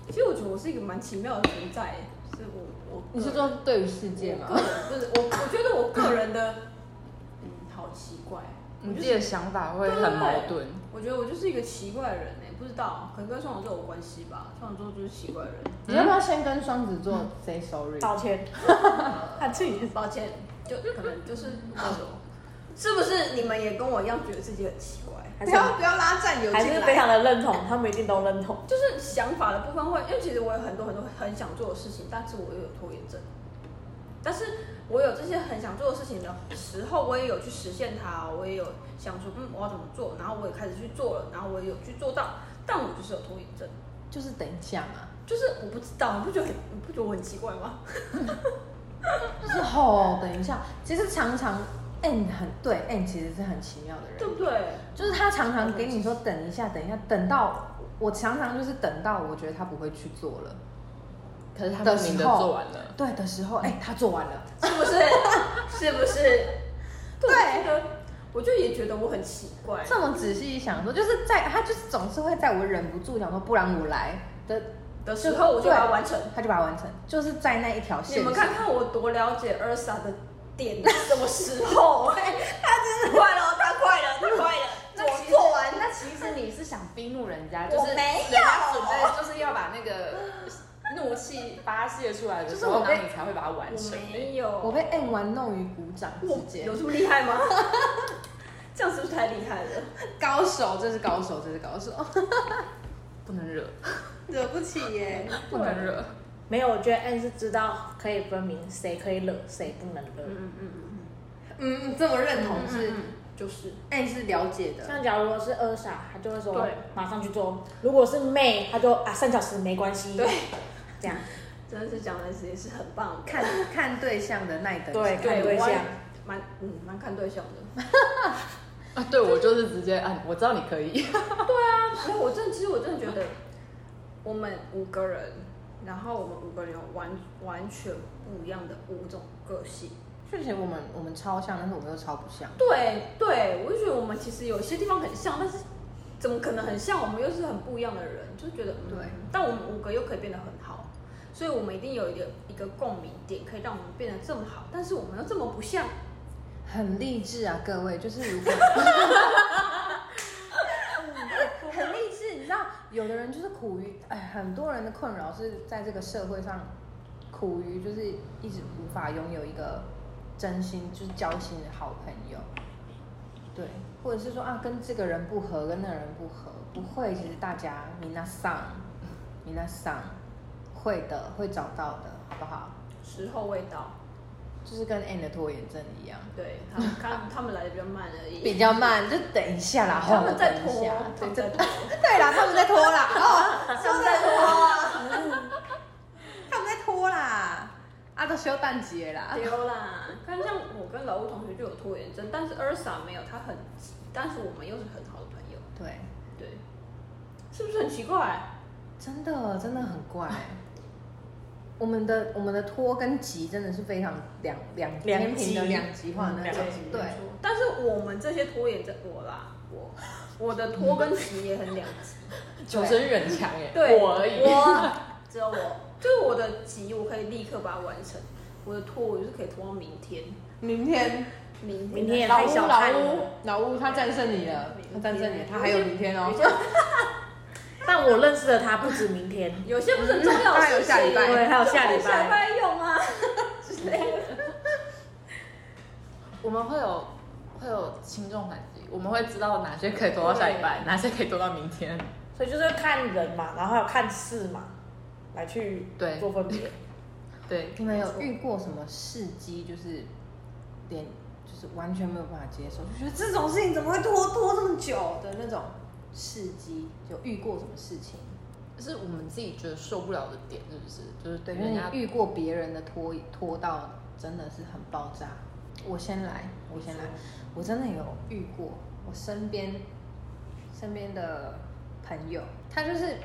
S2: 其实我觉得我是一个蛮奇妙的存在，是我我
S1: 你是说对于世界
S2: 我
S1: 吗
S2: 个？人不是我，我觉得我个人的嗯好奇怪，
S3: 你自己的想法会很矛盾，
S2: 我觉得我就是一个奇怪的人哎、不知道，可能跟双子座有关系吧，双子座就是奇怪的人。
S1: 你要不要先跟双子座 say sorry？
S4: 道歉， 他自己
S2: 抱歉，就可能就是那种， 是不是你们也跟我一样觉得自己很奇怪？
S4: 还
S1: 不
S4: 是
S1: 要不要拉战友
S4: 还是
S1: 进
S4: 非
S1: 来。
S4: 常的认同，他们一定都认同。
S2: 就是想法的部分会，因为其实我有很多很多很想做的事情，但是我又有拖延症。但是我有这些很想做的事情的时候，我也有去实现它哦，我也有想说，嗯，我要怎么做，然后我也开始去做了，然后我也有去做到，但我就是有拖延症，
S1: 就是等一下嘛，
S2: 就是我不知道，你不觉得很，你不觉得我很奇怪吗？
S1: 就是吼，等一下。其实常常 N 很对 N 其实是很奇妙的人
S2: 对，不对？
S1: 就是他常常给你说等一下，等一下，等到我常常就是等到我觉得他不会去做了，
S3: 可是他
S1: 的
S3: 明明
S1: 时
S3: 的
S1: 候
S3: 做完了。
S1: 对的时候，哎、他做完了，
S2: 是不是？是不是？对，我觉得我就也觉得我很奇怪。
S1: 这么仔细一想说，就是在他就是总是会在我忍不住想说不然我来的，
S2: 的时候我就把它完成。
S1: 他就把它完成，就是在那一条线
S2: 你们
S1: 上
S2: 看看我多了解 Elsa 的点什么时候、哎，他真的快了，他快了，他快了，我做完了。
S3: 那其实你是想逼怒人家，
S2: 我没有
S3: 人家准备就是要把那个怒气发泄出来的时候，
S1: 就是我
S3: 那
S1: 被
S3: 你才会把它完
S2: 我
S3: 成。
S2: 没有，
S1: 我被 N 玩弄于鼓掌之
S2: 我
S1: 间
S2: 有，这么厉害 吗？这样是不是太厉害了？
S1: 高手，这是高手，这是高手，
S3: 不能惹，
S1: 惹不起耶。
S3: 不能惹。
S4: 没有，我觉得 N 是知道可以分明谁可以惹，谁不能惹。
S2: 嗯嗯嗯
S1: 嗯，这么认同
S2: 嗯，
S1: 是
S2: 是就是，
S1: N 是了解的，
S4: 像假如我是二傻，他就会说
S2: 对
S4: 马上去做；如果是妹，他就啊三小时没关系。
S2: 对，
S4: 这样
S2: 真的是讲的也是很棒，
S1: 看看对象的那一等级。
S4: 对看对
S2: 我还
S4: 象
S2: 蛮嗯蛮看对象的。
S3: 啊，对我就是直接按，我知道你可以。
S2: 没有，我真的，其实我真的觉得，我们五个人，然后我们五个人有完完全不一样的五种个性。
S1: 确实我们我们超像，但是我们又超不像。
S2: 对对，我就觉得我们其实有些地方很像，但是怎么可能很像？我们又是很不一样的人，就觉得嗯
S1: 对
S2: 但我们五个又可以变得很好，所以我们一定有一个一个共鸣点，可以让我们变得这么好，但是我们又这么不像。
S1: 很励志啊，各位，就是如果很励志，你知道，有的人就是苦于，哎，很多人的困扰是在这个社会上苦于，就是一直无法拥有一个真心就是交心的好朋友，对，或者是说啊，跟这个人不合，跟那个人不合，不会，其实大家米娜桑，米娜桑，会的，会找到的，好不好？
S2: 时候未到。
S1: 就是跟 Anne 的拖延症一样，
S2: 对他们，他他们来的比较慢而已。
S1: 比较慢，就等一下啦，
S2: 他们在
S1: 吼
S2: 拖
S1: 等一下，
S2: 他
S1: 对
S2: 们在
S1: 对
S2: 拖
S1: 对啦，他们在拖啦，哦，
S2: 他们在拖啊，
S1: 他们在拖啦，啊，都休淡季了啦，
S2: 丢啦！看像我跟老吴同学就有拖延症，但是 Elsa 没有，他很急，但是我们又是很好的朋友，
S1: 对，
S2: 对，是不是很奇怪？
S1: 真的真的很怪。我们的呃我们的拖跟急真的是非常两两
S4: 两
S1: 天平的
S4: 极
S1: 两极化的那
S4: 嗯
S1: 种
S4: 两极，
S1: 对，
S2: 但是我们这些拖延症，我啦，我我的拖跟急也很两极，
S3: 求生欲很强耶，
S2: 对，
S3: 我而已。
S2: 我只有我，就是我的急我可以立刻把它完成，我的拖我就是可以拖到明天，
S1: 明天
S2: 明天
S4: 明天也
S2: 再
S1: 老
S4: 太
S1: 乌
S4: 小
S1: 老
S4: 看
S1: 乌
S4: 了。
S1: 老乌他战胜你了，他战胜你了，他还有明天哦，
S4: 但我认识的他不止明天，
S2: 有些不是很重要的
S1: 还有
S2: 事情，
S1: 下礼拜
S4: 对，还有下礼
S2: 下礼
S4: 拜。
S2: 拜用啊之类的。
S3: 我们会有会有轻重缓急，我们会知道哪些可以拖到下礼拜，哪些可以拖到明天。
S4: 所以就是看人嘛，然后还有看事嘛，来去
S3: 对
S4: 做分别。
S3: 对，
S1: 你们有遇过什么事机，就是连就是完全没有办法接受，就觉得这种事情怎么会拖拖这么久的那种事机？有遇过什么事情？
S3: 是我们自己觉得受不了的点，是不是？就是
S1: 对，就
S3: 对
S1: 是
S3: 人
S1: 你
S3: 家
S1: 遇过别人的拖拖到真的是很爆炸。我先来，我先来，我真的有遇过，我身边身边的朋友，他就是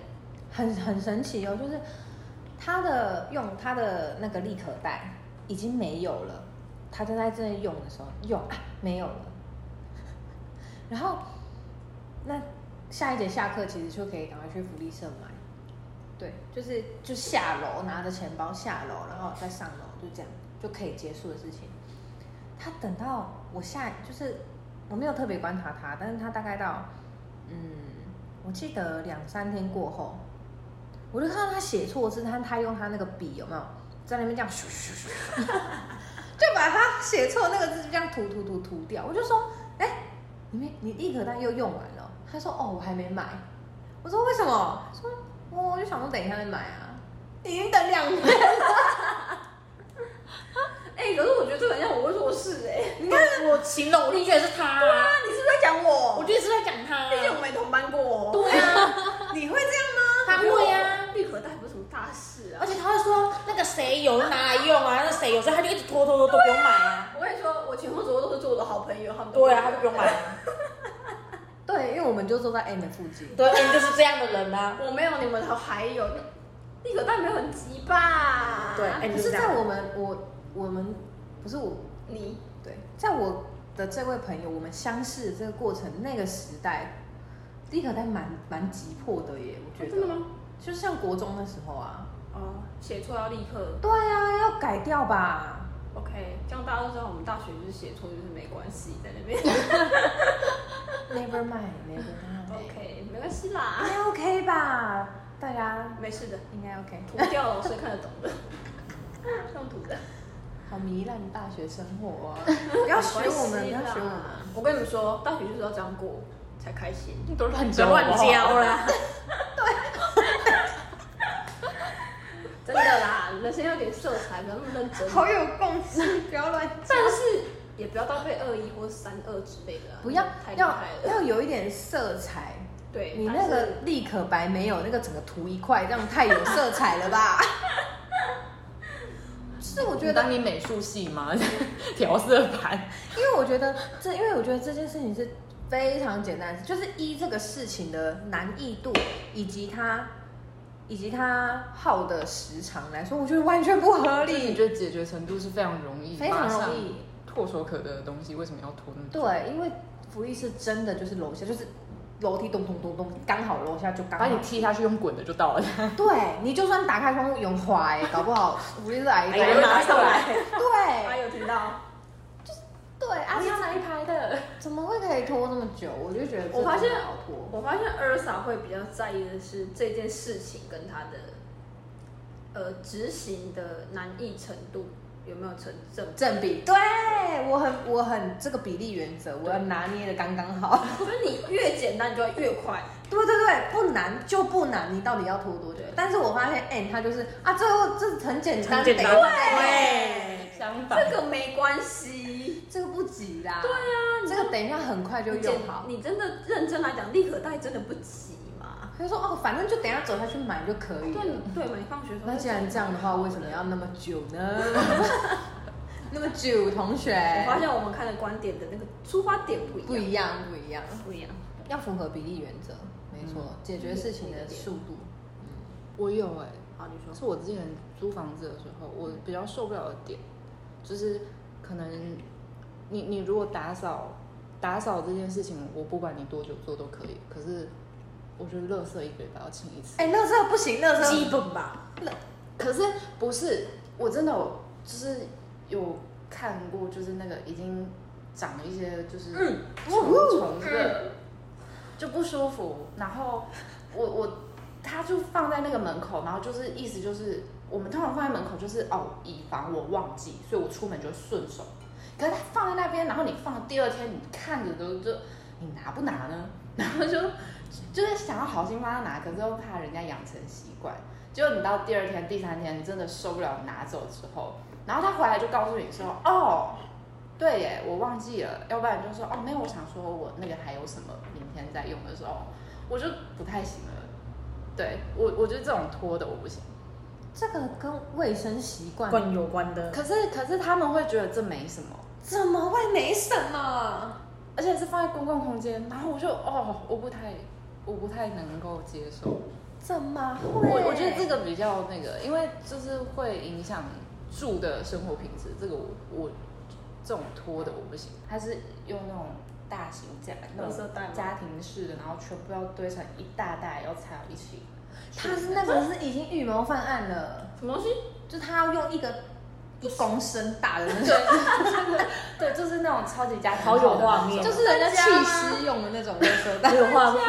S1: 很很神奇哦，就是他的用他的那个立可带已经没有了，他正在这里用的时候用啊没有了， 然后那下一节下课其实就可以赶快去福利社买，对，就是就下楼拿着钱包下楼，然后再上楼，就这样就可以结束的事情。他等到我下，就是我没有特别观察他，但是他大概到嗯，我记得两三天过后，我就看到他写错字，他他用他那个笔有没有在那边这样咻咻咻， 就把他写错那个字就这样涂涂涂涂掉。我就说，哎、你没你立可带又用完了？他说，哦，我还没买。我说为什么？他说哦我就想说等一下再买啊，已经等两天了。
S2: 哎、可是我觉得这个很像我会做事哎、
S4: 你看我形容，我就觉得是他啊，
S2: 那你是不是在讲我？
S4: 我觉得是在讲他啊。
S2: 毕竟我没同班过、哦。
S4: 对 啊，
S1: 你会这样
S4: 他会啊，
S2: 立可带不是什么大事啊
S4: 而。且他会说那个谁有拿来用啊，那谁有，所以他就一直拖拖拖都不用买啊。
S2: 我跟你说，我前后左右都是做我的好朋友，他们都
S4: 对啊，他就不用买。啊。
S1: 吗？对，因为我们就坐在 M 附近。
S4: 对，N 就是这样的人啊。
S2: 我没有，你们还有立可带没有很急吧？
S4: 对哎
S1: 不是在我们我我们不是我
S2: 你
S1: 对，在我的这位朋友，我们相识的这个过程那个时代，立可带蛮蛮急迫哦的耶，我觉得。
S2: 真的吗？
S1: 就像国中的时候啊。
S2: 哦，写错要立刻
S1: 对啊，要改掉吧。
S2: OK，这样大家都知道我们大学就是写错就是没关系，在那边
S1: Never mind，Never mind。
S2: OK 没关系啦
S1: 应，该 OK 吧？大家
S2: 没事的，
S1: 应该 OK。
S2: 涂掉了老师看得懂的， 用涂的。
S1: 好糜烂大学生活啊！不 要学我们，不要学我们。。
S2: 我跟你们说，大学就是要这样过才开心。
S3: 你都乱
S4: 不要乱教
S3: 交了。
S4: 啦，
S2: 真的啦，人生要点色彩，不要那么认真。
S1: 好有共识，不要乱讲。
S2: 但是也不要到被二一或三二之类的啊、
S1: 不要
S2: 太厉
S1: 要
S2: 害了。
S1: 要有一点色彩。
S2: 对，
S1: 你
S2: 但
S1: 那
S2: 是
S1: 个立可白没有，那个整个涂一块，这样太有色彩了 吧？就是我
S3: 我
S1: 觉
S3: 觉
S1: 得
S3: 得，你美术系吗？ 调色盘，
S1: 因为我觉得这，因为我觉得这件事情是非常简单的事，就是一这个事情的难易度以及它以及它耗的时长来说，我觉得完全不合
S3: 就是你
S1: 理，
S3: 觉得解决程度是非常容易，
S1: 非常容易。。
S3: 唾手可得的东西，为什么要拖那么久？
S1: 对，因为福利是真的就是楼下就是楼梯咚咚咚咚，刚好楼下就刚好
S3: 把。你踢下去，用滚的就到了。
S1: 对你就算打开窗户有滑、欸，搞 不好福利是阿姨 打
S4: 哎 呀，
S1: 开
S4: 拿上来。
S2: 啊，
S1: 对
S2: 有听到，
S1: 对啊，怎么会可以拖那么久？我就觉得
S2: 我发现
S1: 这种好拖，
S2: 我发现 Elsa 会比较在意的是这件事情跟他的呃执行的难易程度有没有成正比，
S1: 正比对我很我很这个比例原则，我要拿捏的刚刚好。
S2: 就是你越简单，你就会越快。
S1: 对对对，不难就不难，你到底要拖多久？但是我发现 N 他就是啊，这个这很简单，
S4: 很简单
S1: 等一下
S4: 对
S3: 相反，
S2: 这个没关系，
S1: 这个不急啦。对啊，这个等一下很快就
S2: 你
S1: 用好。
S2: 你真的认真来讲，立可带真的不急嘛？
S1: 他就说哦，反正就等一下走下去买就可以
S2: 对
S1: 了。
S2: 对嘛，你放学的时候
S1: 那既然这样的话，为什么要那么久呢？那么久，同学，
S2: 我发现我们看的观点的那个出发点不一样，
S1: 不一样，不一样，
S2: 不一样。
S1: 要符合比例原则，没错，解决事情的速度。
S3: 我有哎、
S2: 好，你说
S3: 是我之前租房子的时候，我比较受不了的点，就是可能你你如果打扫打扫这件事情，我不管你多久做都可以，可是我觉得垃圾一个礼拜要清一次。
S1: 哎，乐色不行，乐色
S4: 基本吧。
S3: 可是不是我真的有就是有看过，就是那个已经长了一些就是
S2: 嗯
S3: 虫虫子的就不舒服，然后我我他就放在那个门口，然后就是意思就是我们通常放在门口就是哦，以防我忘记，所以我出门就会顺手。可是他放在那边，然后你放第二天，你看着都就你拿不拿呢？ 然后就就是想要好心帮他拿，可是又怕人家养成习惯。结果你到第二天、第三天，你真的受不了拿走之后，然后他回来就告诉你说：“哦，对耶，我忘记了。”要不然就说：“哦，没有，我想说我那个还有什么，明天再用的时候，我就不太行了。对我，我觉得这种拖的我不行。
S1: 这个跟卫生习惯
S4: 惯有关的，
S3: 可是，可是他们会觉得这没什么，
S1: 怎么会没什么？
S3: 而且是放在公共空间，然后我就哦，我不太，我不太能够接受。
S1: 怎么会？
S3: 我我觉得这个比较那个，因为就是会影响住的生活品质，这个我我这种拖的我不行。它是用那种大型家那种
S2: 圾袋吗
S3: 家庭式的，然后全部要堆成一大袋，要踩到一起。
S1: 他是那个是已经预谋犯案了，
S2: 什么东西？
S1: 就他要用一个一公升大的那
S3: 对
S1: 种，
S3: 对，就是那种超级家庭
S4: 好有
S3: 式的那
S4: 画面
S3: 种
S1: 就是人家弃尸用的那种垃圾袋
S4: 没。有画面，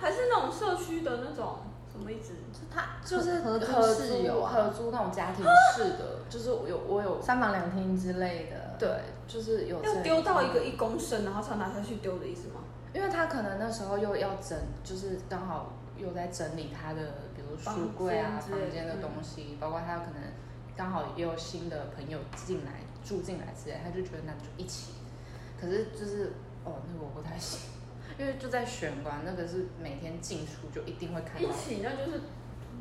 S2: 还是那种社区的那种什么一直？
S1: 他
S3: 就是
S1: 合租
S3: 合
S1: 室
S3: 租
S1: 友
S3: 合
S1: 啊，
S3: 租那种家庭式的，就是我有我有
S1: 三房两厅之类的。
S3: 对，就是有
S2: 要
S3: 这
S2: 丢到一个一公升，然后才拿下去丢的意思吗？
S3: 因为他可能那时候又要整，就是刚好又在整理他的，比如书柜啊、
S2: 房间之类
S3: 房
S2: 的
S3: 间的东西，包括他可能刚好也有新的朋友进来住进来之类，他就觉得那就一起。可是就是哦，那个我不太行，因为就在玄关那个是每天进出就一定会看
S2: 一
S3: 到。
S2: 起，那就是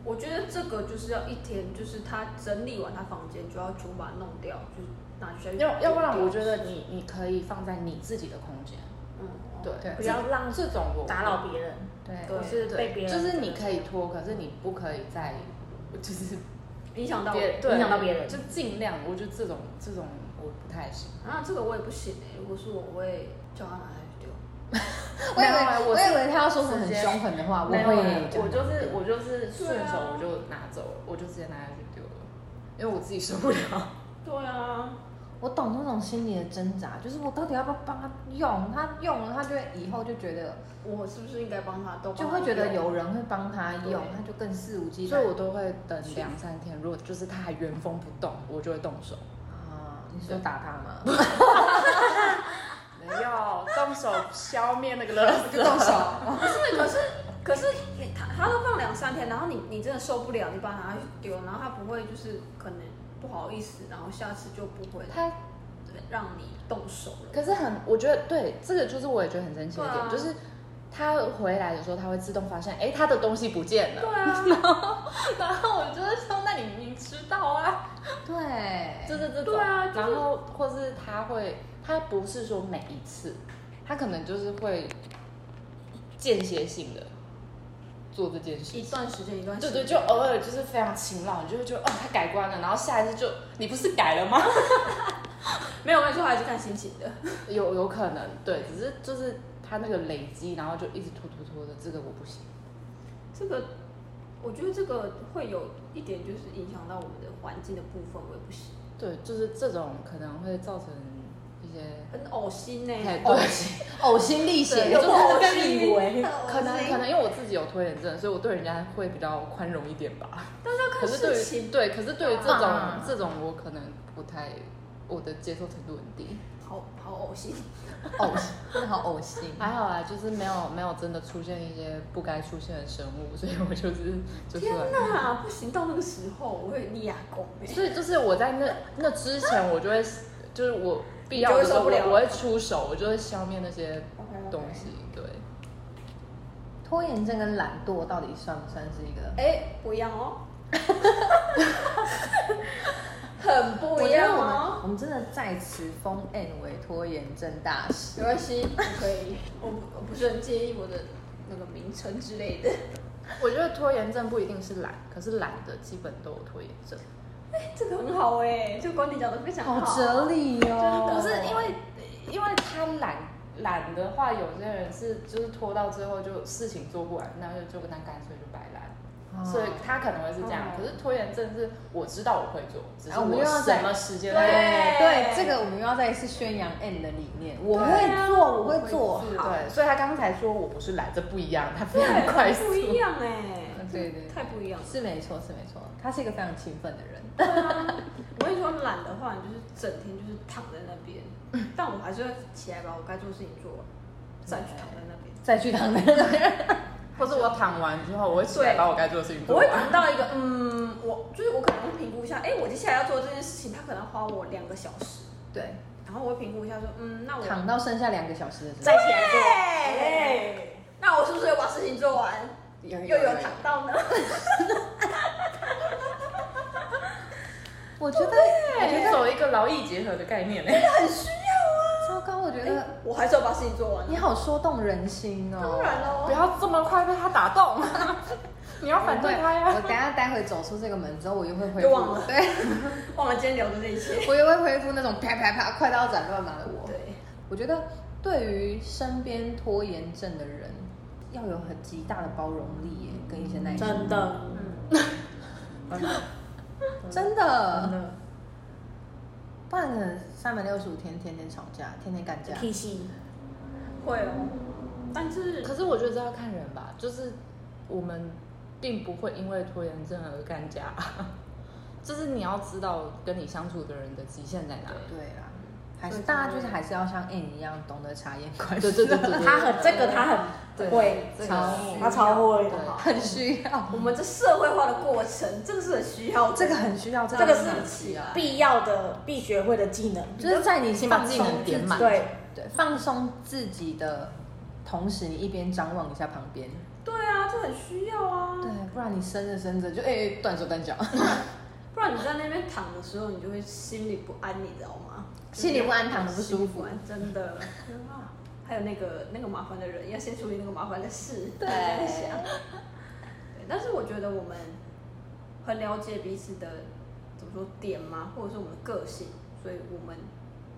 S2: 我觉得这个就是要一天，就是他整理完他房间就要全部把它弄掉，就是拿去。
S3: 要要不然我觉得你你可以放在你自己的空间，
S2: 嗯，
S3: 对，
S1: 对
S4: 不要让
S3: 这种我
S4: 打扰别人，
S1: 对
S2: 对
S4: 或是被别
S3: 对，
S4: 人
S3: 就是你可以拖，可是你不可以在就是
S2: 嗯影响到
S3: 别
S2: 我
S3: 对
S4: 影响到别人
S3: 就尽量。我觉得这种这种我不太行。
S2: 啊，这个我也不行哎、如果是我，我会叫他拿下去丢。
S1: 我以为
S3: 没有啊我
S1: 我
S3: 是
S1: 以为他要说什么
S3: 直
S1: 很
S3: 接
S1: 凶狠的话，我
S3: 没有
S1: 会
S3: 欸
S1: 讲
S3: 我就是我就是
S2: 对啊
S3: 顺手我就拿走了，我就直接拿下去丢了，因为我自己受不了。
S2: 对啊，
S1: 我懂那种心理的挣扎，就是我到底要不要帮他用？他用了，他就会以后就觉得，
S2: 我是不是应该帮他都帮他
S1: 就会
S2: 丢？
S1: 觉得有人会帮他
S2: 哦对
S1: 用，他就更肆无忌惮。
S3: 所以我都会等两三天，如果就是他还原封不动，我就会动手。
S1: 啊，你说打他吗？
S3: 没有动手消灭那个垃 圾，
S1: 就动手。
S2: 不是，可是可是他他都放两三天，然后你你真的受不了，你把它拿去丢，然后他不会就是可能不好意思，然后下次就不会
S3: 他
S2: 让你动手了。
S3: 可是很，我觉得对这个就是我也觉得很神奇的点，
S2: 对啊
S3: 就是他回来的时候，他会自动发现，哎，他的东西不见了。
S2: 对啊，
S3: 然后我就会说，那你明知道啊，
S1: 对，
S3: 就是这种。
S2: 对啊 就是
S3: 然后或是他会，他不是说每一次，他可能就是会间歇性的做这件事
S2: 一
S3: 情。
S2: 段时间一段时间，
S3: 对对，就偶尔就是非常勤劳，你就会觉得哦，他改观了，然后下一次就你不是改了吗？
S2: 没有，我跟你说还是看心情的。
S3: 有有可能，对，只是就是他那个累积，然后就一直拖拖拖的，这个我不行。
S2: 这个我觉得这个会有一点就是影响到我们的环境的部分，我也不行。
S3: 对，就是这种可能会造成一些
S2: 很呕心欸呢、
S3: 太对呕心沥血，
S4: 有
S3: 就
S4: 不
S3: 是
S4: 我以为，
S3: 可能可能因为我自己有拖延症，所以我对人家会比较宽容一点吧。
S2: 但是要
S3: 可
S2: 看
S3: 是对
S2: 事
S3: 于
S2: 情，
S3: 对，可是对于这种、
S1: 啊
S3: 这种我可能不太，我的接受程度很低，
S2: 好好呕心。
S3: 呕心。
S1: 真的好恶 心。
S3: 还好啦，就是没有没有真的出现一些不该出现的生物，所以我就是就是
S2: 天哪，不行，到那个时候我会立牙弓哎、
S3: 所以就是我在那那之前，我就会就是我必要的时候，
S2: 你就会受不了
S3: 我我会出手，我就会消灭那些
S2: OK，OK
S3: 东西。对，
S1: 拖延症跟懒惰到底算不算是一个？
S2: 哎、不一样 哦，很不一样
S1: 我觉得我
S2: 哦
S1: 们。我们真的在此封 N 为拖延症大使。
S2: 没关系，我可以，我不我不是很介意我的那个名称之类的。
S3: 我觉得拖延症不一定是懒，可是懒的基本都有拖延症。
S2: 这个很好哎、这个观点讲的非常
S1: 好哲理哦！
S3: 可是因为因为他懒懒的话，有些人是就是拖到最后就事情做不完，那就就跟他干脆就摆烂。所以
S1: 啊
S3: 他可能会是这样
S2: 哦，
S3: 可是拖延症是我知道我会做，只是
S1: 啊我们
S3: 我
S1: 又要
S3: 什
S1: 再
S3: 么时间
S1: 对
S3: 做
S1: 对，这个我们又要再一次宣扬 N 的理念，我会
S2: 对啊
S1: 做，我会
S2: 我
S1: 做
S2: 会做
S1: 好。
S3: 对，所以他刚才说我不是懒，这不一样，他 非常快
S2: 对，
S3: 速。
S2: 不一样哎、
S1: 对对对
S2: 太不一样了。
S1: 是没错，是没错，他是一个非常勤奋的人。
S2: 对啊，我跟你说，懒的话，你就是整天就是躺在那边，但我还是会起来把我该做的事情做完，再去躺在那边。
S1: 再去当那个人，
S3: 或者我躺完之后，我会起来
S2: 对
S3: 把我该做的事情做
S2: 我会
S3: 完。
S2: 躺到一个，嗯，我就是我可能会评估一下，哎、我接下来要做这件事情，它可能花我两个小时，
S1: 对，
S2: 然后我会评估一下说，嗯，那我
S1: 躺到剩下两个小时的时
S4: 再
S1: 候，
S4: 起来
S2: 对
S4: 做，
S2: 那我是不是有把事情做完，
S1: 又
S2: 又有躺到呢？
S1: 我觉得
S3: 我觉得走一个劳逸结合的概念嘞。
S1: 糟糕，我觉得
S2: 我还是有把事情做完啊
S1: 你。好说动人心哦。
S2: 当然喽
S3: 不，要这么快被他打动，你要反对他
S1: 我
S3: 呀！
S1: 等一下待会走出这个门之后，我又会恢
S2: 就
S1: 复，
S2: 忘了
S1: 对，
S2: 忘了今天聊的这一切。
S1: 我又会恢复那种啪啪啪快刀斩乱麻的我。
S2: 对，
S1: 我觉得对于身边拖延症的人，要有很极大的包容力耶，跟一些耐心。
S4: 真的，
S2: 嗯，
S1: 真的，
S3: 的，
S1: 不然可能三百六十五天天天吵架，天天干架。
S4: 脾气
S2: 会哦，但是
S3: 可是我觉得这要看人吧，就是我们并不会因为拖延症而干架， 就是你要知道跟你相处的人的极限在哪。
S1: 对啦，还是大家就是还是要像 N 一样懂得察言观
S3: 对
S1: 色，
S3: 对对对，对
S4: 他很这个他
S3: 对
S4: 很会，
S3: 这
S1: 超
S3: 个
S4: 他超会
S3: 对
S4: 的，
S1: 很需要，
S2: 我们这社会化的过程，这个是很需要的，
S1: 这个很需要，这
S4: 这个
S1: 真的
S4: 是
S1: 很需要，
S4: 必要的必学会的技能，
S1: 就是在你
S3: 先把自己
S1: 放松
S3: 能点
S1: 自己
S3: 满
S4: 对，
S1: 对，放松自己的同时，你一边张望一下旁边，
S2: 对啊，这很需要啊。
S1: 对，不然你伸着伸着就哎、哎断手断脚，
S2: 不然你在那边躺的时候，你就会心里不安，你知道吗？
S1: 心里不安躺得不舒服
S2: 心里不安真的。啊还有那个那个麻烦的人，要先处理那个麻烦的事，
S1: 对
S2: 你在想。对，但是我觉得我们很了解彼此的怎么说点嘛，或者是我们的个性，所以我们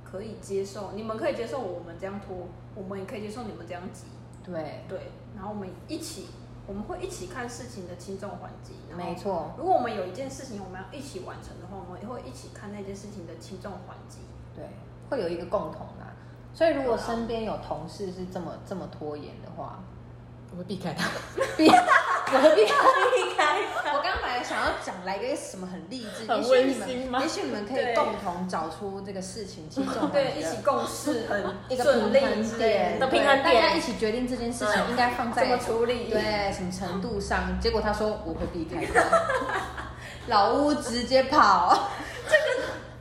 S2: 可以接受，你们可以接受我们这样拖，我们也可以接受你们这样急，
S1: 对，
S2: 对，然后我们一起，我们会一起看事情的轻重缓急，然后
S1: 没错，
S2: 如果我们有一件事情我们要一起完成的话，我们也会一起看那件事情的轻重缓急。
S1: 对，会有一个共同啦。所以如果
S2: 对啊
S1: 身边有同事是这么这么拖延的话，
S3: 我会避开他。
S1: 别何必？
S4: 避开
S1: 我刚刚本来想要讲来个什么很励志，
S3: 很
S1: 也许你
S3: 温馨吗
S1: 们，也许你们可以
S2: 对
S1: 共同找出这个事情轻重缓急
S2: 对，
S1: 的
S2: 一起共事很
S1: 一个
S2: 顺
S1: 平
S2: 利
S1: 衡点
S4: 的
S1: 对
S4: 平衡
S1: 大家
S4: 点
S1: 一起决定这件事情应该放
S2: 怎
S1: 在
S2: 么处理？
S1: 对什么程度上。结果他说我会避 开他，老屋直接跑。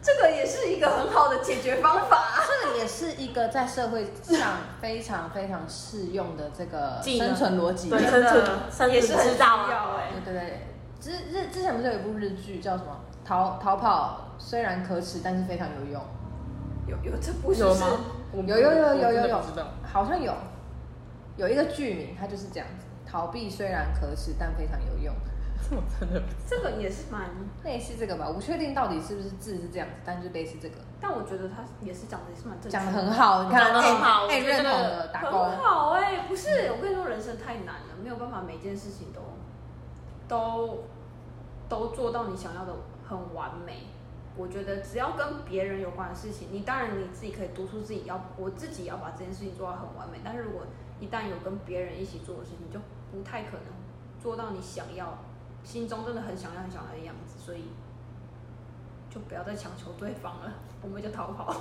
S2: 这个也是一个很好的解决方法。
S1: 这个也是一个在社会上非常非常适用的这个
S4: 技能
S1: 生存逻辑。
S4: 对
S1: 对
S4: 生存
S2: 真的
S4: 生存
S2: 也是很
S4: 之道啊
S2: 需要哎、
S1: 对对，之日之前不是有一部日剧叫什么《逃逃跑》，虽然可耻，但是非常有用。
S2: 有有这部是
S3: 有
S2: 不是
S3: 吗？我
S1: 有有有有
S3: 我真
S1: 有
S3: 的
S1: 有
S3: 不知道。，
S1: 好像有有一个剧名，它就是这样子：逃避虽然可耻，但非常有用。
S3: 这我真的不知
S2: 这个也是蛮，
S1: 类似这个吧，我不确定到底是不是字是这样子，但就类似这个，
S2: 但我觉得他也是讲的也是蛮正确
S1: 讲的很好，你看，
S4: 讲得很好
S1: 哎、哎
S4: 我觉得
S1: 认
S4: 这个
S1: 同了，打勾。
S2: 很好哎、不是，我跟你说，人生太难了，没有办法每件事情都都都做到你想要的很完美。我觉得只要跟别人有关的事情，你当然你自己可以督促自己要，我自己要把这件事情做到很完美。但是如果一旦有跟别人一起做的事情，就不太可能做到你想要，心中真的很想要、很想要的样子。所以就不要再强求对方了，我们就逃跑。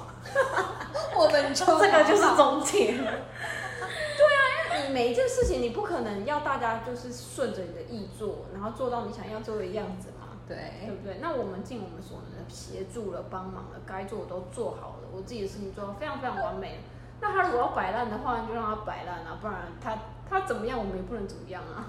S1: 我们就
S4: 这个就是终结。
S2: 你每一件事情，你不可能要大家就是顺着你的意做，然后做到你想要做的样子嘛。
S1: 对
S2: 对不对？那我们尽我们所能的协助了、帮忙了，该做的都做好了，我自己的事情做到非常非常完美了。那他如果要摆烂的话，就让他摆烂啊，不然他他怎么样，我们也不能怎么样啊，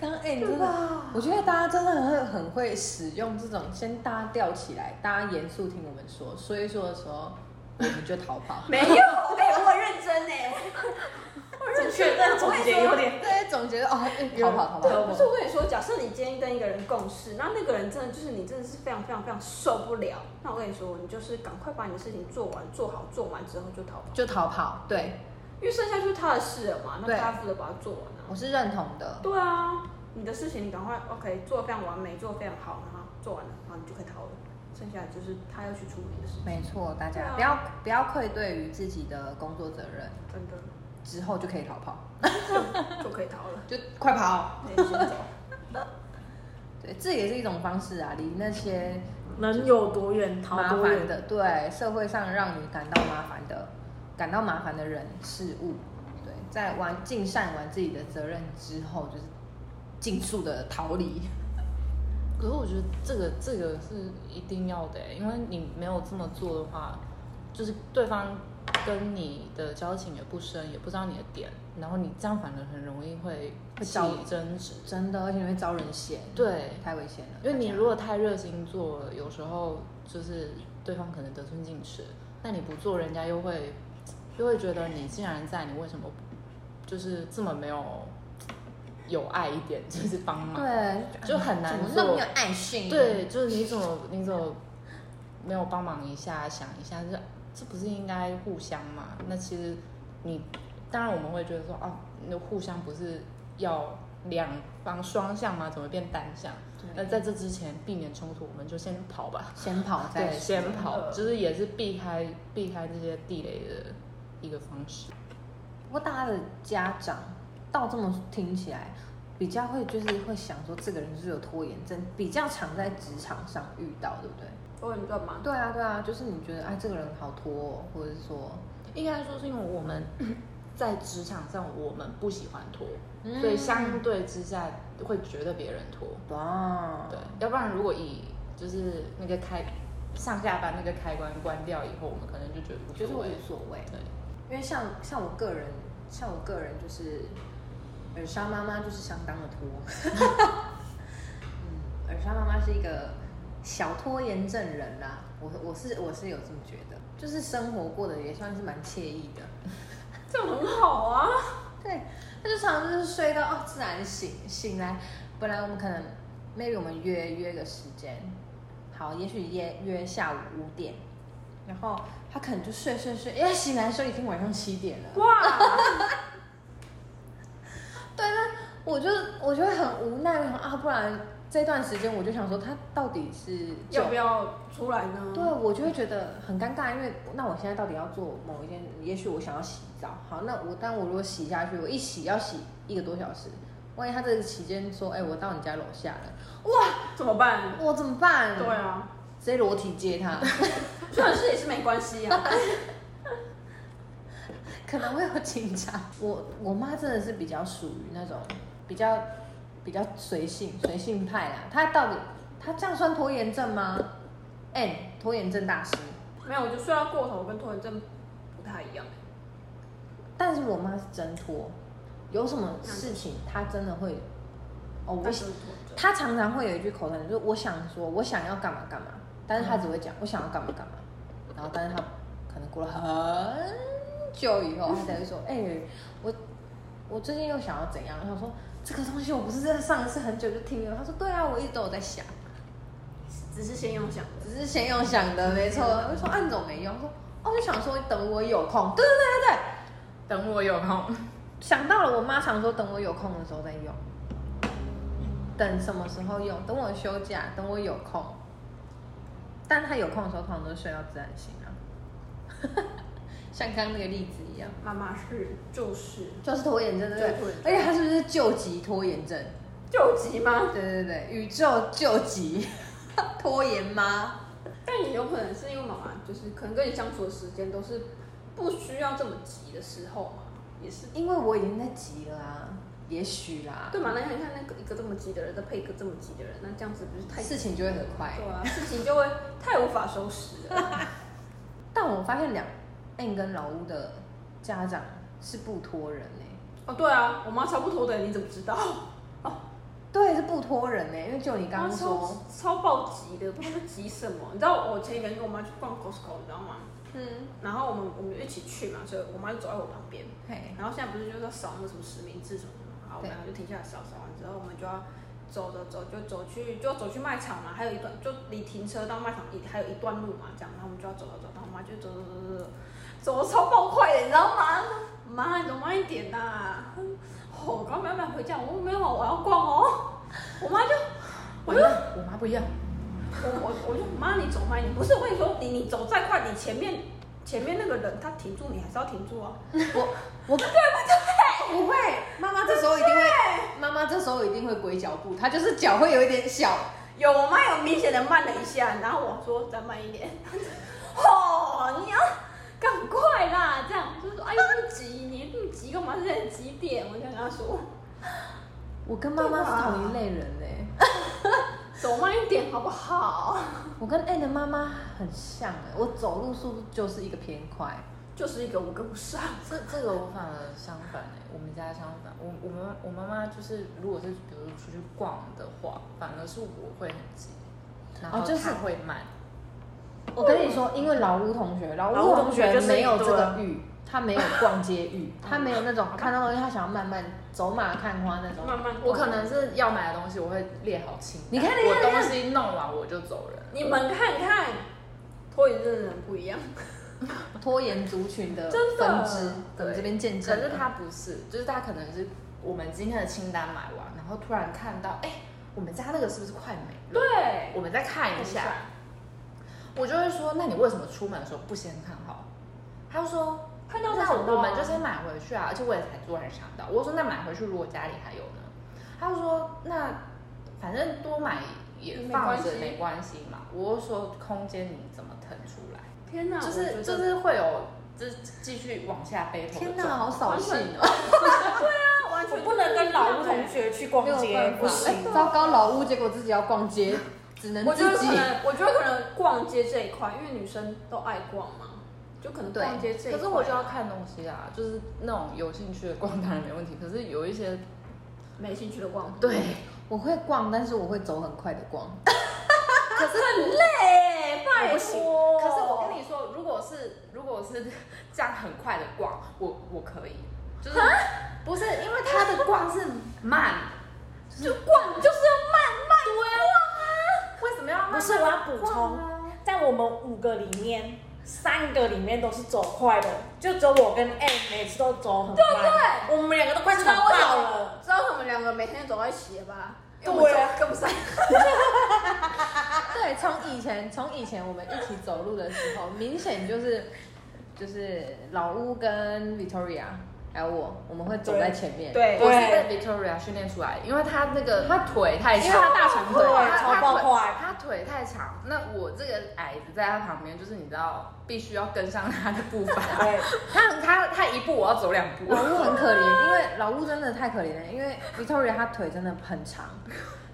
S1: 刚哎、你
S2: 对
S1: 真的，
S2: 吧？。
S1: 我觉得大家真的会很会使用这种先大家吊起来，大家严肃听我们说，所以说的时候我们就逃 跑
S2: 没有，哎、我很认真哎、我很认
S4: 正
S2: 真
S4: 确但总结有。点，
S1: 对，总觉得哦，哎逃跑逃
S2: 对，
S1: 跑，
S2: 不是我跟你说，假设你今天跟一个人共事，那那个人真的就是你真的是非常非常非常受不了，那我跟你说，你就是赶快把你的事情做完、做好、做完之后就逃跑，
S1: 就逃跑。对，
S2: 因为剩下就是他的事了嘛，那
S1: 对
S2: 他负责把它做完啊。
S1: 我是认同的。
S2: 对啊，你的事情你赶快 OK 做得非常完美，做得非常好，然后做完了，然后你就可以逃了。剩下的就是他要去处理的事情，
S1: 没错，大
S2: 对
S1: 家
S2: 啊
S1: 不要不要愧对于自己的工作责任，
S2: 真
S1: 之后就可以逃跑，
S2: 的就可以 逃了。
S1: 就快跑。
S2: 可以先走。
S1: 对，这也是一种方式啊，离那些
S4: 能有多远逃
S1: 麻
S4: 多
S1: 烦
S4: 远。
S1: 的，对社会上让你感到麻烦的、感到麻烦的人事物，对，在完尽善完自己的责任之后，就是尽速的逃离。
S3: 可是我觉得这个这个是一定要的欸，因为你没有这么做的话，就是对方跟你的交情也不深，也不知道你的点，然后你这样反而很容易会
S1: 会
S3: 起
S1: 招
S3: 争执。
S1: 真的，而且你会招人嫌，，
S3: 对，
S1: 太危险了。
S3: 因为你
S1: 大家
S3: 如果太热心做了，有时候就是对方可能得寸进尺，那你不做，人家又会又会觉得你既然在，你为什么就是这么没有有爱一点，就是帮忙，
S1: 对
S3: 就很难
S1: 怎么
S3: 做
S1: 那么有爱心？
S3: 对，就是你怎么你怎么没有帮忙一下，想一下，这这不是应该互相嘛？那其实你当然我们会觉得说，哦，那互相不是要两方双向吗？怎么变单向？那
S1: 对，
S3: 在这之前避免冲突，我们就先跑吧。
S1: 先跑再
S3: 对，
S1: 说
S3: 先跑，
S2: 呃
S3: 就是也是避开避开这些地雷的一个方式。
S1: 不过大家的家长到这么听起来，比较会就是会想说这个人是不是有拖延症，比较常在职场上遇到，对不对？
S2: 我很干嘛？
S1: 对啊，对啊，就是你觉得哎这个人好拖、哦，或者是说，
S3: 应该说是因为我们 在职场上，我们不喜欢拖，
S1: 嗯
S3: 所以相对之下会觉得别人拖。
S1: 哇，
S3: 对，要不然如果以就是那个开上下班那个开关关掉以后，我们可能就觉得
S1: 就是
S3: 无所
S1: 无
S3: 谓。
S1: 所谓。
S3: 对，
S1: 因为像像我个人，像我个人就是，尔莎妈妈就是相当的拖。 嗯，尔莎妈妈是一个小拖延症人啦、我我是我是有这么觉得，就是生活过得也算是蛮惬意的。
S2: 这样很好啊。
S1: 对，他就常常就是睡到哦自然醒，醒来本来我们可能 maybe 我们约约个时间，好，也许约约下午五点，然后他可能就睡睡睡，哎醒来的时候已经晚上七点了。
S2: 哇，
S1: 对，那我就我就会很无奈，我想啊，不然这段时间我就想说他到底是
S2: 要
S1: 就
S2: 不要出来呢？
S1: 对，我就会觉得很尴尬，因为那我现在到底要做某一件，也许我想要洗澡，好，那我但我如果洗下去，我一洗要洗一个多小时，万一他这个期间说，哎、我到你家楼下了，
S2: 怎么办？
S1: 我怎么办？
S2: 对，啊，
S1: 直接裸体接他，
S2: 虽然是也是没关系啊。
S1: 可能会有紧张。 我我妈真的是比较属于那种比较比较随性随性派啦，她到底她这样算拖延症吗？哎、拖延症大师。
S2: 没有，我就睡到过头，跟拖延症不太一样。
S1: 但是我妈是真拖，有什么事情她真的会，哦，我
S2: 但是拖延症
S1: 她常常会有一句口头禅，就是我想说我想要干嘛干嘛，但是她只会讲我想要干嘛干嘛，然后但是她可能过了很久以后，她才会说，哎、我我最近又想要怎样，我想说这个东西我不是在上一次很久就听了，她说对啊，我一直都有在想，
S2: 只是先用想的。
S1: 只是先用想的，没错，我就说啊按总没用，她说哦，就想说等我有空，对对对对对。
S3: 等我有 空，
S1: 想到了，我妈常说等我有空的时候再用，等什么时候用？等我休假，等我有空。但他有空的时候，通常都是睡到自然醒啊， 像刚刚那个例子一样，
S2: 妈妈是就是
S1: 就是拖延症，对
S2: 对
S1: 不
S2: 拖
S1: 对而且
S2: 延？症
S1: 哎他是不是救急拖延症？
S2: 救急吗？
S1: 对对对，宇宙救急 拖延吗？
S2: 但也有可能是因为妈妈就是可能跟你相处的时间都是不需要这么急的时候嘛，也是
S1: 因为我已经在急了啊，也许啦，
S2: 对嘛？那你看那个一个这么急的人再配一个这么急的人，那这样子不是太
S1: 事情就会很快。
S2: 对啊，事情就会太无法收拾了。
S1: 但我发现两 N 跟老屋的家长是不拖人欸呢、
S2: 哦，对啊，我妈超不拖的，你怎么知道？
S1: 对，是不拖人欸呢、因为就你刚
S2: 我妈
S1: 刚
S2: 超
S1: 说，
S2: 超暴急的，不知道在急什么。你知道我前几天跟我妈去逛 Costco，你知道吗？
S1: 嗯，
S2: 然后我们我们就一起去嘛，所以我妈就走在我旁边。
S1: 嘿，
S2: 然后现在不是就是要扫那个什么实名制什么的嘛，好，我们
S1: 对
S2: 两个就停下来扫，扫完之后我们就要走走走，就走去就走去卖场嘛，还有一段就离停车到卖场一还有一段路嘛，这样，然后我们就要走走走，然后我妈就走走走走走，走得超爆快的，你知道吗？妈，你走慢一点呐、哦，我刚没有买回家，我说没有，我要逛哦。我妈就，我就
S3: 我妈不一样，
S2: 我我我就妈，你走慢一点，不是我跟你说，你你走再快，你前面前面那个人他停住，你还是要停住啊。
S1: 我我对不对？不会， 妈妈这时候一定会，妈妈这时候一定会鬼脚步，她就是脚会有一点小，
S2: 有，我妈有明显的慢了一下，然后我说再慢一点， 哦，你要赶快啦，这样我就说哎呦不急，你不急干嘛？现在几点？我就跟她说
S1: 我跟妈妈是同一类人欸呢、
S2: 走慢一点好不好？
S1: 我跟 N 的妈妈很像哎、我走路速度就是一个偏快，
S2: 就是一个我跟不上，
S3: 这这个我反而相反哎、我们家相反，我我妈我妈妈就是，如果是比如出去逛的话，反而是我会很急，然后
S1: 哦就是
S3: 她会慢，
S1: 我跟你说，因为老吴同学，老
S4: 老
S1: 吴
S4: 吴
S1: 同
S4: 同学
S1: 学
S4: 就是
S1: 没有这
S4: 一
S1: 个
S4: 个
S1: 欲，他没有逛街欲，他没有那 种看到东西他想要慢慢走马看花那种。
S2: 慢慢
S3: 我可能是要买的东西，我会列好清单，
S1: 你看你看
S3: 我
S1: 你看
S3: 东西弄完我就走人。
S2: 你们看看，拖延症的人不一样，
S1: 拖延族群的
S2: 真的
S1: 分支，我
S3: 对
S1: 们这边见
S3: 可
S1: 证了。
S3: 是他不是，就是他可能是我们今天的清单买完，然后突然看到，哎、我们家那个是不是快没了？
S2: 对，
S3: 我们再看一下。我就会说，那你为什么出门的时候不先看好？他就说，
S2: 看到才
S3: 那
S2: 想到啊
S3: 我们就先买回去啊，而且我也才突然想到。我说那买回去如果家里还有呢？他就说那反正多买也
S2: 没
S3: 放
S2: 关
S3: 着
S2: 系
S3: 没关系嘛。我就说空间你怎么腾出来？
S2: 天哪，
S3: 就是
S2: 我觉得
S3: 就是会有就是继续往下背头的
S1: 天哪，
S3: 状
S1: 好扫兴哦！
S2: 啊完全
S4: 我不能跟老吴同
S2: 欸
S4: 学去逛
S1: 没有
S4: 街
S1: 办，法
S4: 不行。
S1: 哎糟糕，老屋，结果自己要逛街，只能
S2: 我觉得
S1: 自
S2: 可
S1: 己。
S2: 能，我觉得可能逛街这一块，因为女生都爱逛嘛，就可能
S1: 对
S2: 逛街这一块。
S3: 可是我就要看东西啊，就是那种有兴趣的逛当然没问题，可是有一些
S2: 没兴趣的逛，
S3: 对，
S1: 我会逛，但是我会走很快的逛。
S2: 可是啊很累，拜
S4: 哎
S3: 我不行
S2: 托。
S3: 可是我跟你说，如果是如果是 这样很快的逛，我我可以，就是不是因为他的逛是慢，
S2: 你就逛就是要慢慢逛啊，
S3: 为什么要慢慢
S4: 不是我要补充
S3: 逛啊
S4: 在我们五个里面，三个里面都是走快的，就只有我跟 M 每次都走很慢，
S2: 对
S4: 我们两个都快
S2: 啊
S4: 喘爆了。
S2: 知道我们两个每天走在一起了吧？
S4: 对
S2: 因
S4: 啊
S2: 为我们走跟不上。
S1: 对，从以前从以前我们一起走路的时候，明显就是就是老屋跟 Victoria 还有我，我们会走在前面。
S2: 对
S3: 我是
S4: 啊
S3: 被 Victoria 训练出来，因为他那个他腿太长，
S1: 因为他大
S3: 长
S1: 腿
S3: 他
S4: 超
S3: 他
S4: 爆
S3: 腿
S4: 快
S3: 他腿太长。那我这个矮子在他旁边，就是你知道，必须要跟上他的步伐。
S4: 对，
S3: 他很他他一步，我要走两步。
S1: 老屋很可怜，因为老屋真的太可怜了，因为 Victoria 她腿真的很长，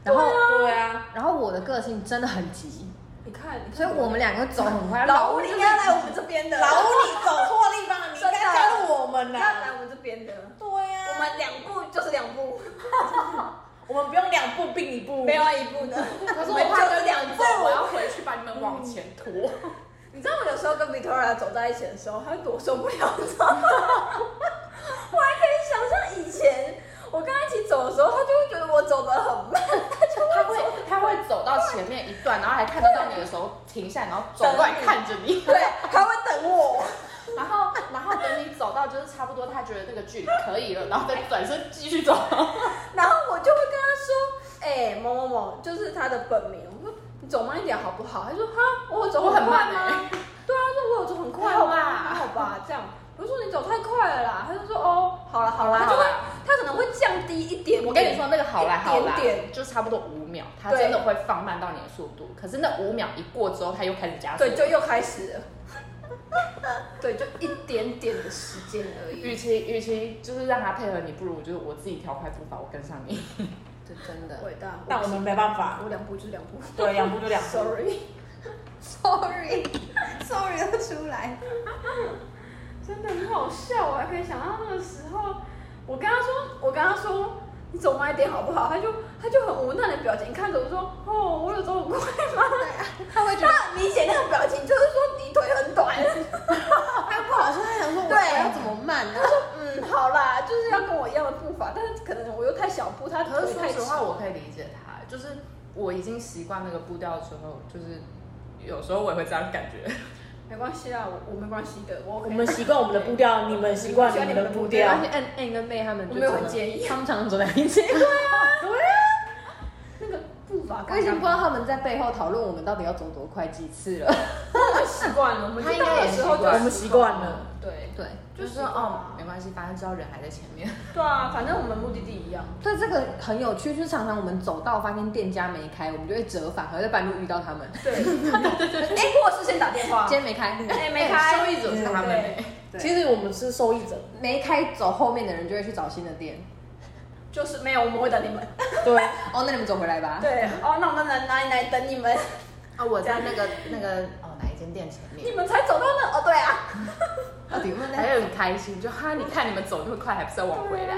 S1: 然后、
S4: 对啊，
S1: 然后我的个性真的很急，
S2: 你看，你看
S1: 所以我们两个走很快。
S2: 老
S1: 屋
S2: 吴，你应该来我们这边的，
S4: 老吴你走错地方了，你应该加入我们
S2: 你
S4: 呐、
S2: 要来我们这边的，
S4: 对呀、
S2: 我们两步就是两步，
S4: 我们不用两步并一步，
S2: 没有一步的。
S3: 可是
S2: 我
S3: 我
S2: 们
S3: 怕
S2: 就是
S3: 跟
S2: 两步
S3: 两步，我 要回去把你们往前拖。
S2: 你知道我有时候跟 Victoria 走在一起的时候，她会多受不了，你知道吗？ 我还可以想象以前我跟她一起走的时候，她就会觉得我走得很慢，
S3: 他会他会走到前面一段，然后还看得到你的时候停下来，然后走过来看着你，
S2: 对，她会等我。
S3: 然后然后等你走到就是差不多，他觉得那个距离可以了，然后再转身继 续走。
S2: 然后我就会跟他说，哎、某某某，就是他的本名。我说你走慢一点好不好？”他说：“哈，我有走
S5: 我很
S2: 快
S5: 慢欸
S2: 吗？”对啊，他说我有走很快
S4: 还好吧
S2: 吗还好吧，这样。我就说你走太快了啦，他就说哦，好了好了，他就会他可能会降低一点点。
S5: 我跟你说，那个好来好来
S2: 一点点
S5: 就差不多五秒，它
S2: 对
S5: 真的会放慢到你的速度。可是那五秒一过之后，它又开始加速。
S2: 对，就又开始了。 对，就一点点的时间而已。
S3: 与其与其就是让他配合你，不如就是我自己调快步伐，我跟上你。
S5: 对，真的。
S2: 伟大，
S4: 但我们没办法，
S2: 我两步就是两步。
S4: 对，两步就 两步。
S2: Sorry，Sorry，Sorry 要出来，真的很好笑。我还可以想到那个时候，我跟他说，我跟他说，你走慢一点好不好？他就他就很无奈的表情看着我说，哦，我有走很快吗？啊
S5: 他会觉得
S2: 他很明显那个表情就是说你腿很短。
S5: 他不好说，他想说
S2: 对
S5: 我要怎么慢
S1: 啊
S5: 呢？
S2: 嗯，好啦，就是要跟我一样的步伐，但是可能我又太小步，他
S3: 可是
S2: 腿
S3: 说
S2: 太
S3: 实
S2: 直。
S3: 话，我可以理解他，就是我已经习惯那个步调之后，就是有时候我也会这样感觉。
S2: 没关系啦，我我没关系的，我 OK
S4: 我们习惯我们的步调，你们习惯你们的步调。
S3: N N 跟妹他们
S2: 我没有很介意
S3: 他们常常走在一起。
S2: 那个步 伐
S1: 我
S2: 刚
S1: 已经
S2: 刚
S1: 不知道他们在背后讨论我们到底要走多快几次了。
S2: 我习惯了，我们
S3: 他
S2: 知
S3: 应
S2: 道
S3: 该
S2: 的
S3: 也
S2: 时候就
S3: 习惯
S4: 我们习惯了。
S2: 对
S1: 对，
S3: 就是说哦，没关系，反正知道人还在前面。
S2: 对啊，反正我们目的地一样。
S1: 对，这个很有趣，就是常常我们走到发现店家没开，我们就会折返，还会在半路遇到他们。
S2: 对，哎，过世先打电话
S1: 今。天没开，
S2: 哎，没开，
S3: 受益者是他们
S2: 对
S3: 欸
S1: 对
S4: 其实我们是受益者，
S1: 没开走后面的人就会去找新的店。
S2: 就是没有，我们会等你们。
S4: 对，
S1: 哦，那你们走回来吧。
S2: 对，哦，那我们来哪里来等你们？
S3: 啊，我在那个那个哦哪一间店前
S2: 你
S3: 面，
S2: 们才走到那，哦，对啊，
S1: 到底有没有
S3: 还
S1: 在？
S3: 有很开心，就哈，你看你们走那么快，还不是要往回来？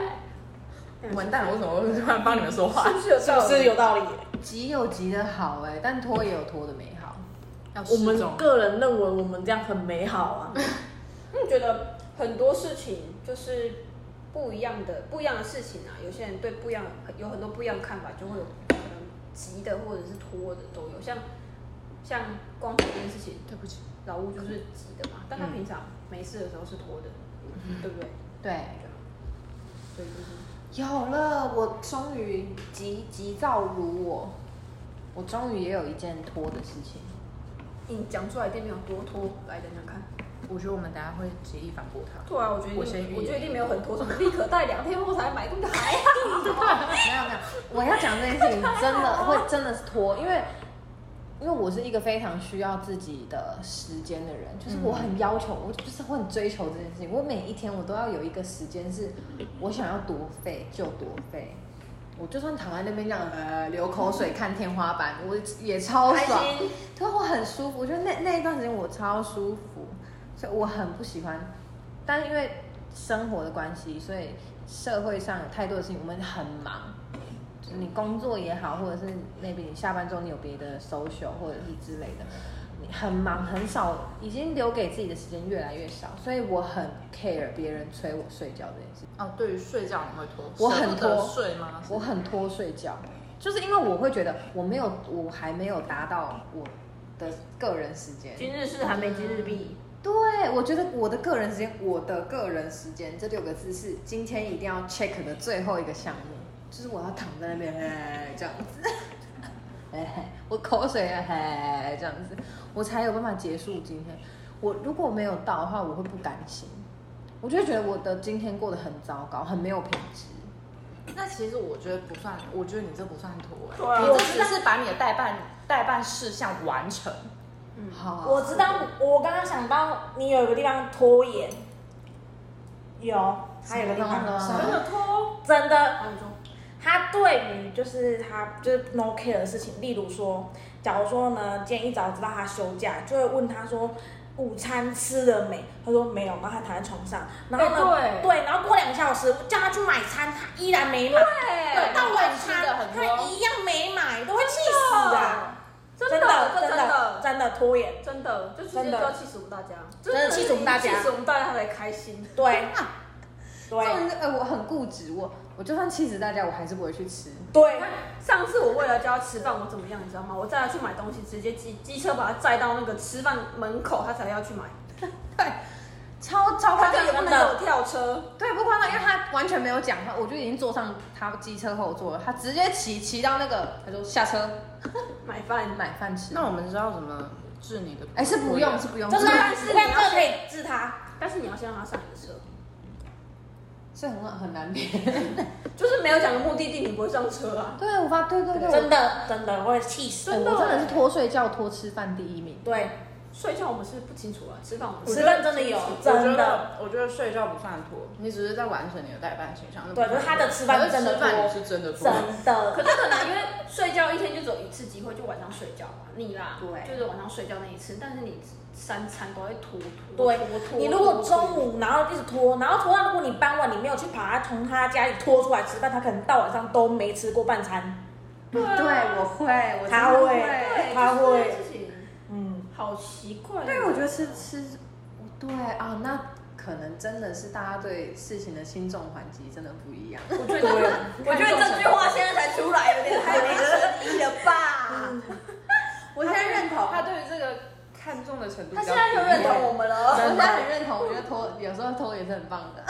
S3: 完蛋了，为什么我突然帮你们说话
S2: 啊是？不是有
S4: 是不
S2: 道
S4: 是
S2: 理？
S4: 有道理？
S1: 急有急的好哎、但拖也有拖的美好。
S3: 要适
S4: 我们
S3: 中
S4: 个人认为我们这样很美好啊，
S2: 那你觉得很多事情就是不一样的，不一样的事情啊。有些人对不一样有很多不一样的看法，就会有可能急的或者是拖的都有。像像光谱这件事情，
S3: 对不起，
S2: 老吴就是急的嘛，但他平常没事的时候是拖的，对不对？
S1: 对，
S2: 所以就是
S1: 有了，我终于急急躁如我，我终于也有一件拖的事情。
S2: 你讲出来一定没有多拖，来等等看。
S3: 我觉得我们等下会极力反驳他。
S2: 对啊，我觉得
S3: 我先预言
S2: 我觉得一定没有很拖，什么立刻带两天后才买，根本就还
S1: 没有没有，我要讲这件事情真的会真的是拖，因为因为我是一个非常需要自己的时间的人，就是我很要求，我就是我很追求这件事情，我每一天我都要有一个时间是我想要多废就多废。我就算躺在那边这样呃流口水看天花板，我也超爽，
S2: 心。
S1: 对我很舒服，就那那一段时间我超舒服，所以我很不喜欢。但因为生活的关系，所以社会上有太多的事情，我们很忙。就是你工作也好，或者是 maybe 你下班之后你有别的 social 或者是之类的，你很忙，很少，已经留给自己的时间越来越少，所以我很 care 别人催我睡觉这件事情，
S3: 哦，对于睡觉你会拖，
S1: 我很
S3: 舍不得
S1: 拖
S3: 睡吗？
S1: 我很拖睡觉，就是因为我会觉得我没有，我还没有达到我的个人时间。
S2: 今日事还没今日毕，
S1: 对，我觉得我的个人时间，我的个人时间这六个字是今天一定要 check 的最后一个项目，就是我要躺在那边，哎，这样子， 哎，我口水啊，哎，这样子，我才有办法结束今天。我如果没有到的话，我会不甘心，我就会觉得我的今天过得很糟糕，很没有品质。
S3: 那其实我觉得不算，我觉得你这不算拖、欸，
S4: 对啊
S3: 你这只是把你的代办代办事项完成。
S2: 嗯
S1: 好，
S4: 我知道，我刚刚想到你有一个地方拖延，有，他有个地方
S1: 什么地方
S2: 真的拖。
S4: 真的，
S2: 啊，你说
S4: 他对于就是他就是 no care 的事情，例如说，假如说呢，今天一早知道他休假，就会问他说午餐吃了没？他说没有，然后他躺在床上，然后呢，
S2: 哎对
S4: 对，然后过两个小时我叫他去买餐，他依然没买，
S2: 对
S4: 到晚餐
S3: 吃的很多
S4: 他一样没买，都会气死啊！
S2: 真
S4: 的
S2: 的，
S4: 真
S2: 真的，
S4: 真的拖延，
S2: 真的，就直接就要气死我们大家，
S4: 真的气死我们大家
S2: 气死我们大家才开心。
S4: 对，
S1: 啊这
S4: 对，
S1: 种人，呃，我很固执，我我就算气死大家，我还是不会去吃。
S4: 对
S2: 你，看上次我为了叫他吃饭，我怎么样，你知道吗？我载他去买东西，直接机机车把他载到那个吃饭门口，他才要去买。
S1: 超超夸
S2: 他
S1: 张
S2: 就有
S1: 的
S2: 没有跳车？
S1: 对，不夸张，因为他完全没有讲话，我就已经坐上他机车后座了，他直接骑骑到那个，他说下车
S2: 买饭
S1: 买饭吃。
S3: 那我们知道怎么治你的？
S1: 哎、是不用，是不用，
S4: 就是
S1: 是
S4: 他外侧可以治他，
S2: 但是你要先让他上你的车，
S1: 是很很难变。
S2: 就是没有讲个目的地，你不会上车啊。
S1: 对，我发对对对，
S4: 真的真的会气死。
S1: 我真的是拖睡觉、拖吃饭第一名。
S4: 对，
S2: 睡觉我们是不清楚啊，吃饭我们
S4: 吃饭真的有
S3: 我觉
S4: 真的，
S3: 得我觉得睡觉不算拖，你只是在完成你的代办形象。那不
S4: 对，
S3: 算
S4: 就是他的吃
S3: 可
S4: 饭
S3: 是
S4: 真的
S3: 吃饭也
S4: 多，
S3: 是真的拖。
S4: 真的
S2: 可是可能因为睡觉一天就只有一次机会，就晚上睡觉嘛，你啦，
S4: 对
S2: 就是晚上睡觉那一次，但是你三餐都会拖拖
S4: 对
S2: 拖拖。
S4: 你如果中午然后一直拖，然后拖到如果你傍晚你没有去把他从他家里拖出来吃饭，他可能到晚上都没吃过半餐。
S2: 对啊
S1: 会，我
S4: 他
S1: 真的
S4: 会
S2: 对，
S4: 他
S2: 就是这
S4: 会
S2: 件事情
S4: 嗯，
S2: 好奇怪。啊
S1: 对，我觉得吃吃，对啊，那可能真的是大家对事情的轻重缓急真的不一样。
S2: 我觉得这个，我觉得这句话现在才出来，有点太 没诚意了吧？
S1: 我现在认同，
S3: 他对于这个看重的程度，
S2: 他现在就认同我们了，
S1: 我现在很认同，我觉得拖有时候拖也是很棒的。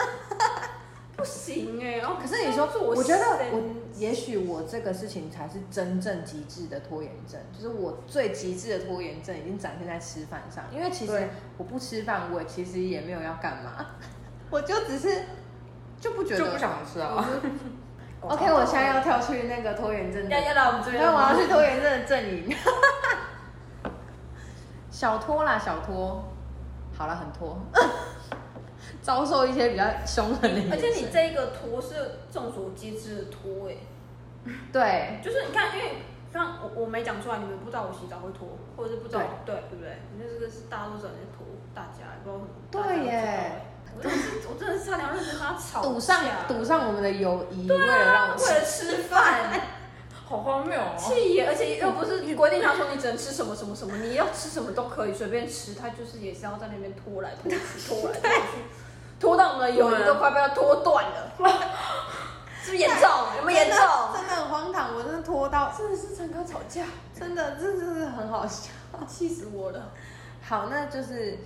S2: 不行哎。哦
S1: 可是你说，
S2: 做
S1: 我觉得
S2: 事
S1: 我也许我这个事情才是真正极致的拖延症，就是我最极致的拖延症已经展现在吃饭上，因为其实
S4: 对
S1: 我不吃饭，我其实也没有要干嘛， 我就只是就不觉得
S3: 就不想吃啊。
S1: OK，我现在要跳去那个拖延症的
S2: 要，要来我们这边
S1: 那
S2: 了
S1: 我
S2: 吗，
S1: 要去拖延症的阵营。 小拖啦，小拖，好了，很拖， 遭受一些比较凶狠的眼神。
S2: 而且你这一个拖是众所皆知的拖哎。
S1: 对，
S2: 就是你看，因为像我我没讲出来，你们不知道我洗澡会拖，或者是不知道对对不对？你这个是大家都知道你在拖，大家也不知道为什么。
S1: 对
S2: 大家都知道
S1: 耶
S2: 欸！我真的是，我真的是差点要认真跟他吵
S1: 赌上
S2: 架
S1: 赌上我们的友谊，为了让我
S2: 为了吃饭，
S3: 好荒谬哦！
S2: 啊气耶！而且又不是规定他说你只能吃什么什么什么，你要吃什么都可以随便吃，他就是也是要在那边拖来拖去，拖 来拖去，拖到我们的友谊都快被他拖断 了，是不是严重？有没有严重？
S1: 真的很荒唐，我真的拖到，
S2: 真的是常跟他吵架，
S1: 真的，这真的很好笑。
S2: 气死我了！
S1: 好，那就是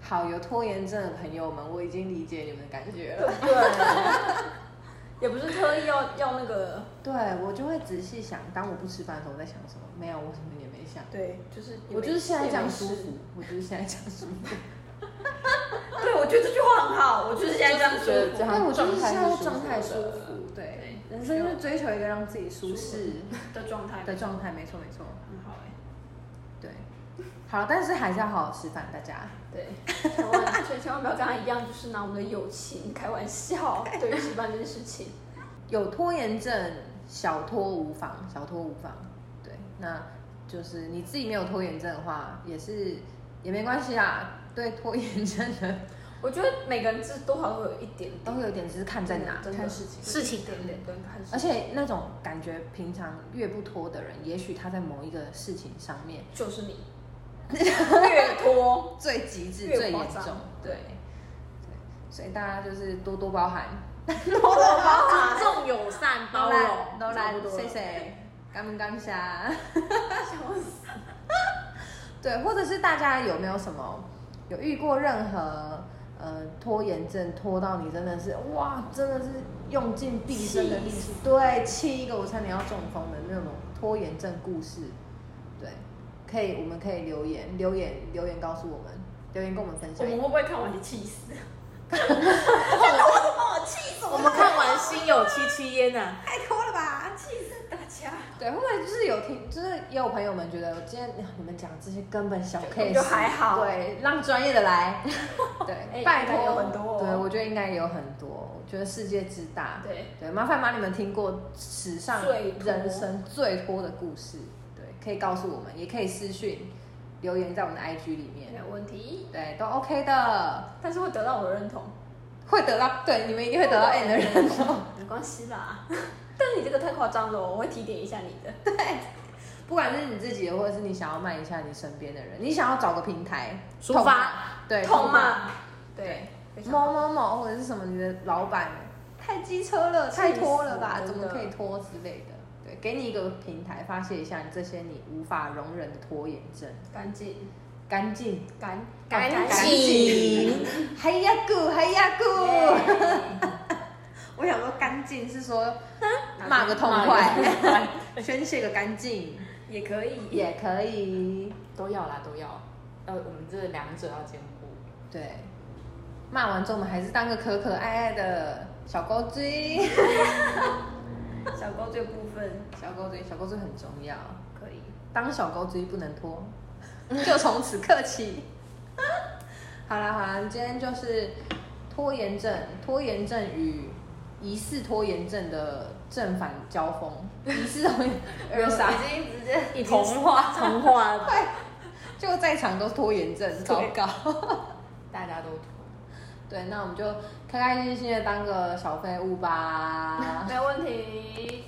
S1: 好有拖延症的朋友们，我已经理解你们的感觉了。
S2: 对，也不是特意要要那个，
S1: 对我就会仔细想，当我不吃饭的时候我在想什么？没有，我什么也没想。
S2: 对，就是
S1: 我就是现在这样舒服。，我就是现在这样舒服。
S2: 对，我觉得这句话很好，我就是现在这样舒
S3: 就是觉得
S2: 服
S3: 这。样
S1: 对，我就是现在状
S3: 状
S1: 态
S3: 态
S1: 舒
S3: 是舒服的
S1: 服。对，人生就是追求一个让自己舒适
S2: 的状态
S1: 的状态，没错没错。
S2: 很好哎。
S1: 对，好，但是还是要好好吃饭，大家。
S2: 对，千万所以千万不要跟他一样，就是拿我们的友情开玩 笑，对于吃饭这件事情。
S1: 有拖延症，小拖无妨，小拖无妨。对，那就是你自己没有拖延症的话，也是也没关系啊。对拖延症的
S2: 我觉得每个人是多少都有一点
S1: 都
S2: 点，
S1: 会有点，只是看在哪，
S2: 真的
S1: 看事情。
S4: 事情
S2: 一点点对，看
S1: 而且那种感觉，平常越不拖的人，也许他在某一个事情上面
S2: 就是 你越拖
S1: 最极致、
S2: 越
S1: 最
S2: 夸
S1: 严
S2: 张
S1: 重。
S2: 对
S1: 对，所以大家就是多多包涵，
S4: 尊重、友善、包容，
S1: 都来
S4: 差不，多
S1: 谢谢，感恩感谢。对，或者是大家有没有什么有遇过任何呃拖延症，拖到你真的是哇，真的是用尽毕生的力气，对，气一个我差点要中风的那种拖延症故事，对，可以，我们可以留言留言留言告诉我们，留言跟我们分
S2: 我
S1: 享
S2: 们。会不会看完就气死？哦
S4: 我们看完《心有戚戚焉》啊呐，
S2: 大家
S1: 对，会不会就是有听，就是也有朋友们觉得今天你们讲这些根本小 case
S2: 就还好
S1: 对，让专业的 来，
S2: 哎
S1: 对，拜
S2: 应该
S1: 托，
S2: 有很多哦
S1: 对我觉得应该也有很多，我觉得世界之大，
S2: 对
S1: 对，麻烦把你们听过史上
S2: 最多
S1: 人生最拖的故事，对，可以告诉我们，也可以私讯留言在我们的 IG 里
S2: 没
S1: 面，
S2: 有问题，
S1: 对，都 OK 的，
S2: 但是会得到我的认同。
S1: 会得到，对，你们一定会得到 N 的人 哦。
S2: 没关系啦， 但是你这个太夸张了，我会提点一下你的。
S1: 不管是你自己的，或者是你想要卖一下你身边的人，你想要找个平台
S4: 抒
S1: 痛
S4: 发
S1: 对
S2: 痛？骂，
S1: 对
S2: 对，非常
S1: 某某某或者是什么你的老板太机车了，太拖了吧，
S2: 气死
S1: 怎
S2: 我
S1: 么可以拖之类的。对，给你一个平台发泄一下你这些你无法容忍的拖延症。
S2: 干净，
S1: 干净，
S2: 赶
S1: 干
S2: 赶
S1: 净，还呀顾，还呀顾。我想说干净是说啊骂个痛 快， 宣泄个干净
S2: 也可以。
S1: 也可以。
S3: 都要啦，都要。呃，我们这两者要兼顾。
S1: 对，骂完之后我们还是当个可可爱爱的小狗追，
S2: 小狗这部分
S1: 小狗追，小狗追很重要。
S2: 可以。
S1: 当小狗追不能 拖，就从此刻起。 好啦好啦，今天就是拖延症，拖延症与疑似拖延症的正反交锋，疑似 拖延二傻
S2: 已经直接
S4: 已经童话童话了，
S1: 就在场都是拖延症，糟糕。
S3: 大家都拖。
S1: 对，那我们就开开心心的当个小废物吧。
S2: 没问题。